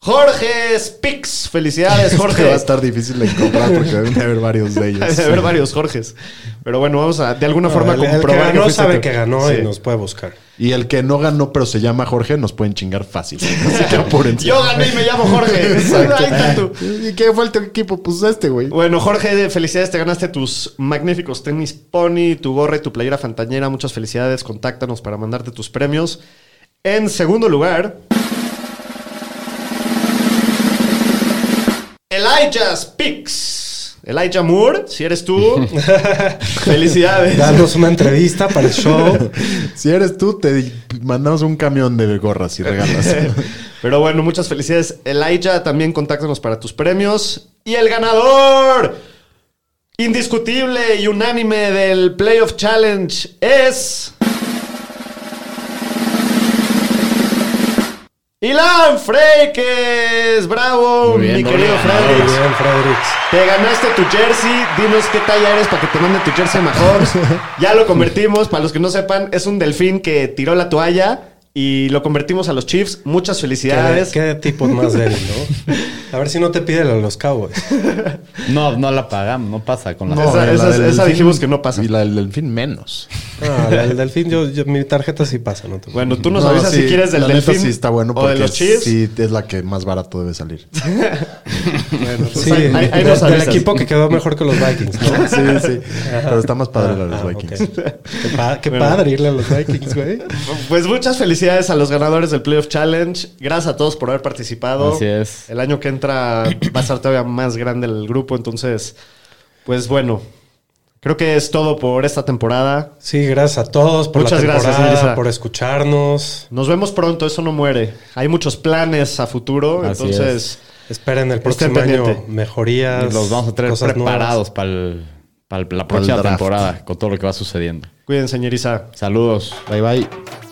Speaker 3: Jorge Spix. Felicidades,
Speaker 4: Jorge
Speaker 3: Jorge.
Speaker 4: Este va a estar difícil de encontrar porque deben de haber varios de
Speaker 3: Hay
Speaker 4: ellos.
Speaker 3: de haber varios Jorges. Pero bueno, vamos a de alguna forma
Speaker 5: el, el que
Speaker 3: comprobar
Speaker 5: ganó
Speaker 3: fuiste
Speaker 5: sabe
Speaker 3: tú.
Speaker 5: que ganó
Speaker 3: Sí.
Speaker 5: y nos puede buscar.
Speaker 4: Y el que no ganó pero se llama Jorge nos pueden chingar fácil. Así que apúrense.
Speaker 3: Yo gané y me llamo Jorge. Ahí está tú.
Speaker 4: ¿Y qué fue el tu equipo? Pues este, güey.
Speaker 3: Bueno, Jorge, felicidades. Te ganaste tus magníficos tenis pony, tu gorra y tu playera fantañera. Muchas felicidades. Contáctanos para mandarte tus premios. En segundo lugar, Elijah Speaks. Elijah Moore, si eres tú, felicidades.
Speaker 5: Danos una entrevista para el show.
Speaker 4: Si eres tú, te mandamos un camión de gorras y regalas.
Speaker 3: Pero bueno, muchas felicidades. Elijah, también contáctanos para tus premios. Y el ganador indiscutible y unánime del Playoff Challenge es... Ilan Freikes, bravo,
Speaker 6: Muy bien,
Speaker 3: mi
Speaker 6: muy
Speaker 3: querido
Speaker 6: bien,
Speaker 5: Muy
Speaker 3: Fredrix.
Speaker 5: bien, Fredericks.
Speaker 3: Te ganaste tu jersey, dinos qué talla eres para que te mande tu jersey mejor. ya lo convertimos, para los que no sepan, es un delfín que tiró la toalla y lo convertimos a los Chiefs. Muchas
Speaker 5: ¿Qué,
Speaker 3: felicidades.
Speaker 5: qué tipo más débil, ¿no? A ver si no te piden a los Cowboys.
Speaker 6: No, no la pagamos, no pasa con la
Speaker 3: No. Esa-
Speaker 4: y la
Speaker 3: esa-
Speaker 4: del
Speaker 3: esa
Speaker 4: delfín-
Speaker 3: dijimos que no pasa.
Speaker 4: Y la del delfín menos.
Speaker 5: Ah, la del Delfín, yo, yo- mi tarjeta sí pasa, ¿no? te-
Speaker 3: Bueno, tú nos
Speaker 4: No,
Speaker 3: avisas
Speaker 4: sí,
Speaker 3: si quieres del
Speaker 4: la neta
Speaker 3: delfín
Speaker 4: sí está bueno
Speaker 3: o de
Speaker 4: porque
Speaker 3: los Chiefs.
Speaker 4: sí es la que más barato debe salir.
Speaker 5: sí,
Speaker 3: pues ahí- ahí- ahí
Speaker 5: de-
Speaker 3: nos
Speaker 5: del
Speaker 3: avisas.
Speaker 5: equipo que quedó mejor que los Vikings, ¿no?
Speaker 4: sí, sí. Pero está más padre la de los
Speaker 5: Ah,
Speaker 4: Vikings.
Speaker 5: ok. Qué, pa- qué padre irle a los Vikings, güey.
Speaker 3: Pues muchas felicidades a los ganadores del Playoff Challenge. Gracias a todos por haber participado.
Speaker 6: Así es.
Speaker 3: El año que entra va a estar todavía más grande el grupo. Entonces, pues bueno, creo que es todo por esta temporada.
Speaker 5: Sí, gracias a todos por
Speaker 3: Muchas
Speaker 5: la
Speaker 3: gracias,
Speaker 5: temporada,
Speaker 3: Elisa.
Speaker 5: por escucharnos.
Speaker 3: Nos vemos pronto, eso no muere. Hay muchos planes a futuro.
Speaker 6: Así
Speaker 3: entonces,
Speaker 5: Esperen el
Speaker 3: Estén
Speaker 5: próximo año
Speaker 3: pendiente.
Speaker 5: mejorías.
Speaker 6: Los vamos a traer
Speaker 5: cosas
Speaker 6: preparados para el- para el- la próxima
Speaker 4: draft.
Speaker 6: temporada con todo lo que va sucediendo.
Speaker 3: cuídense, señoriza.
Speaker 6: Saludos.
Speaker 4: Bye, bye.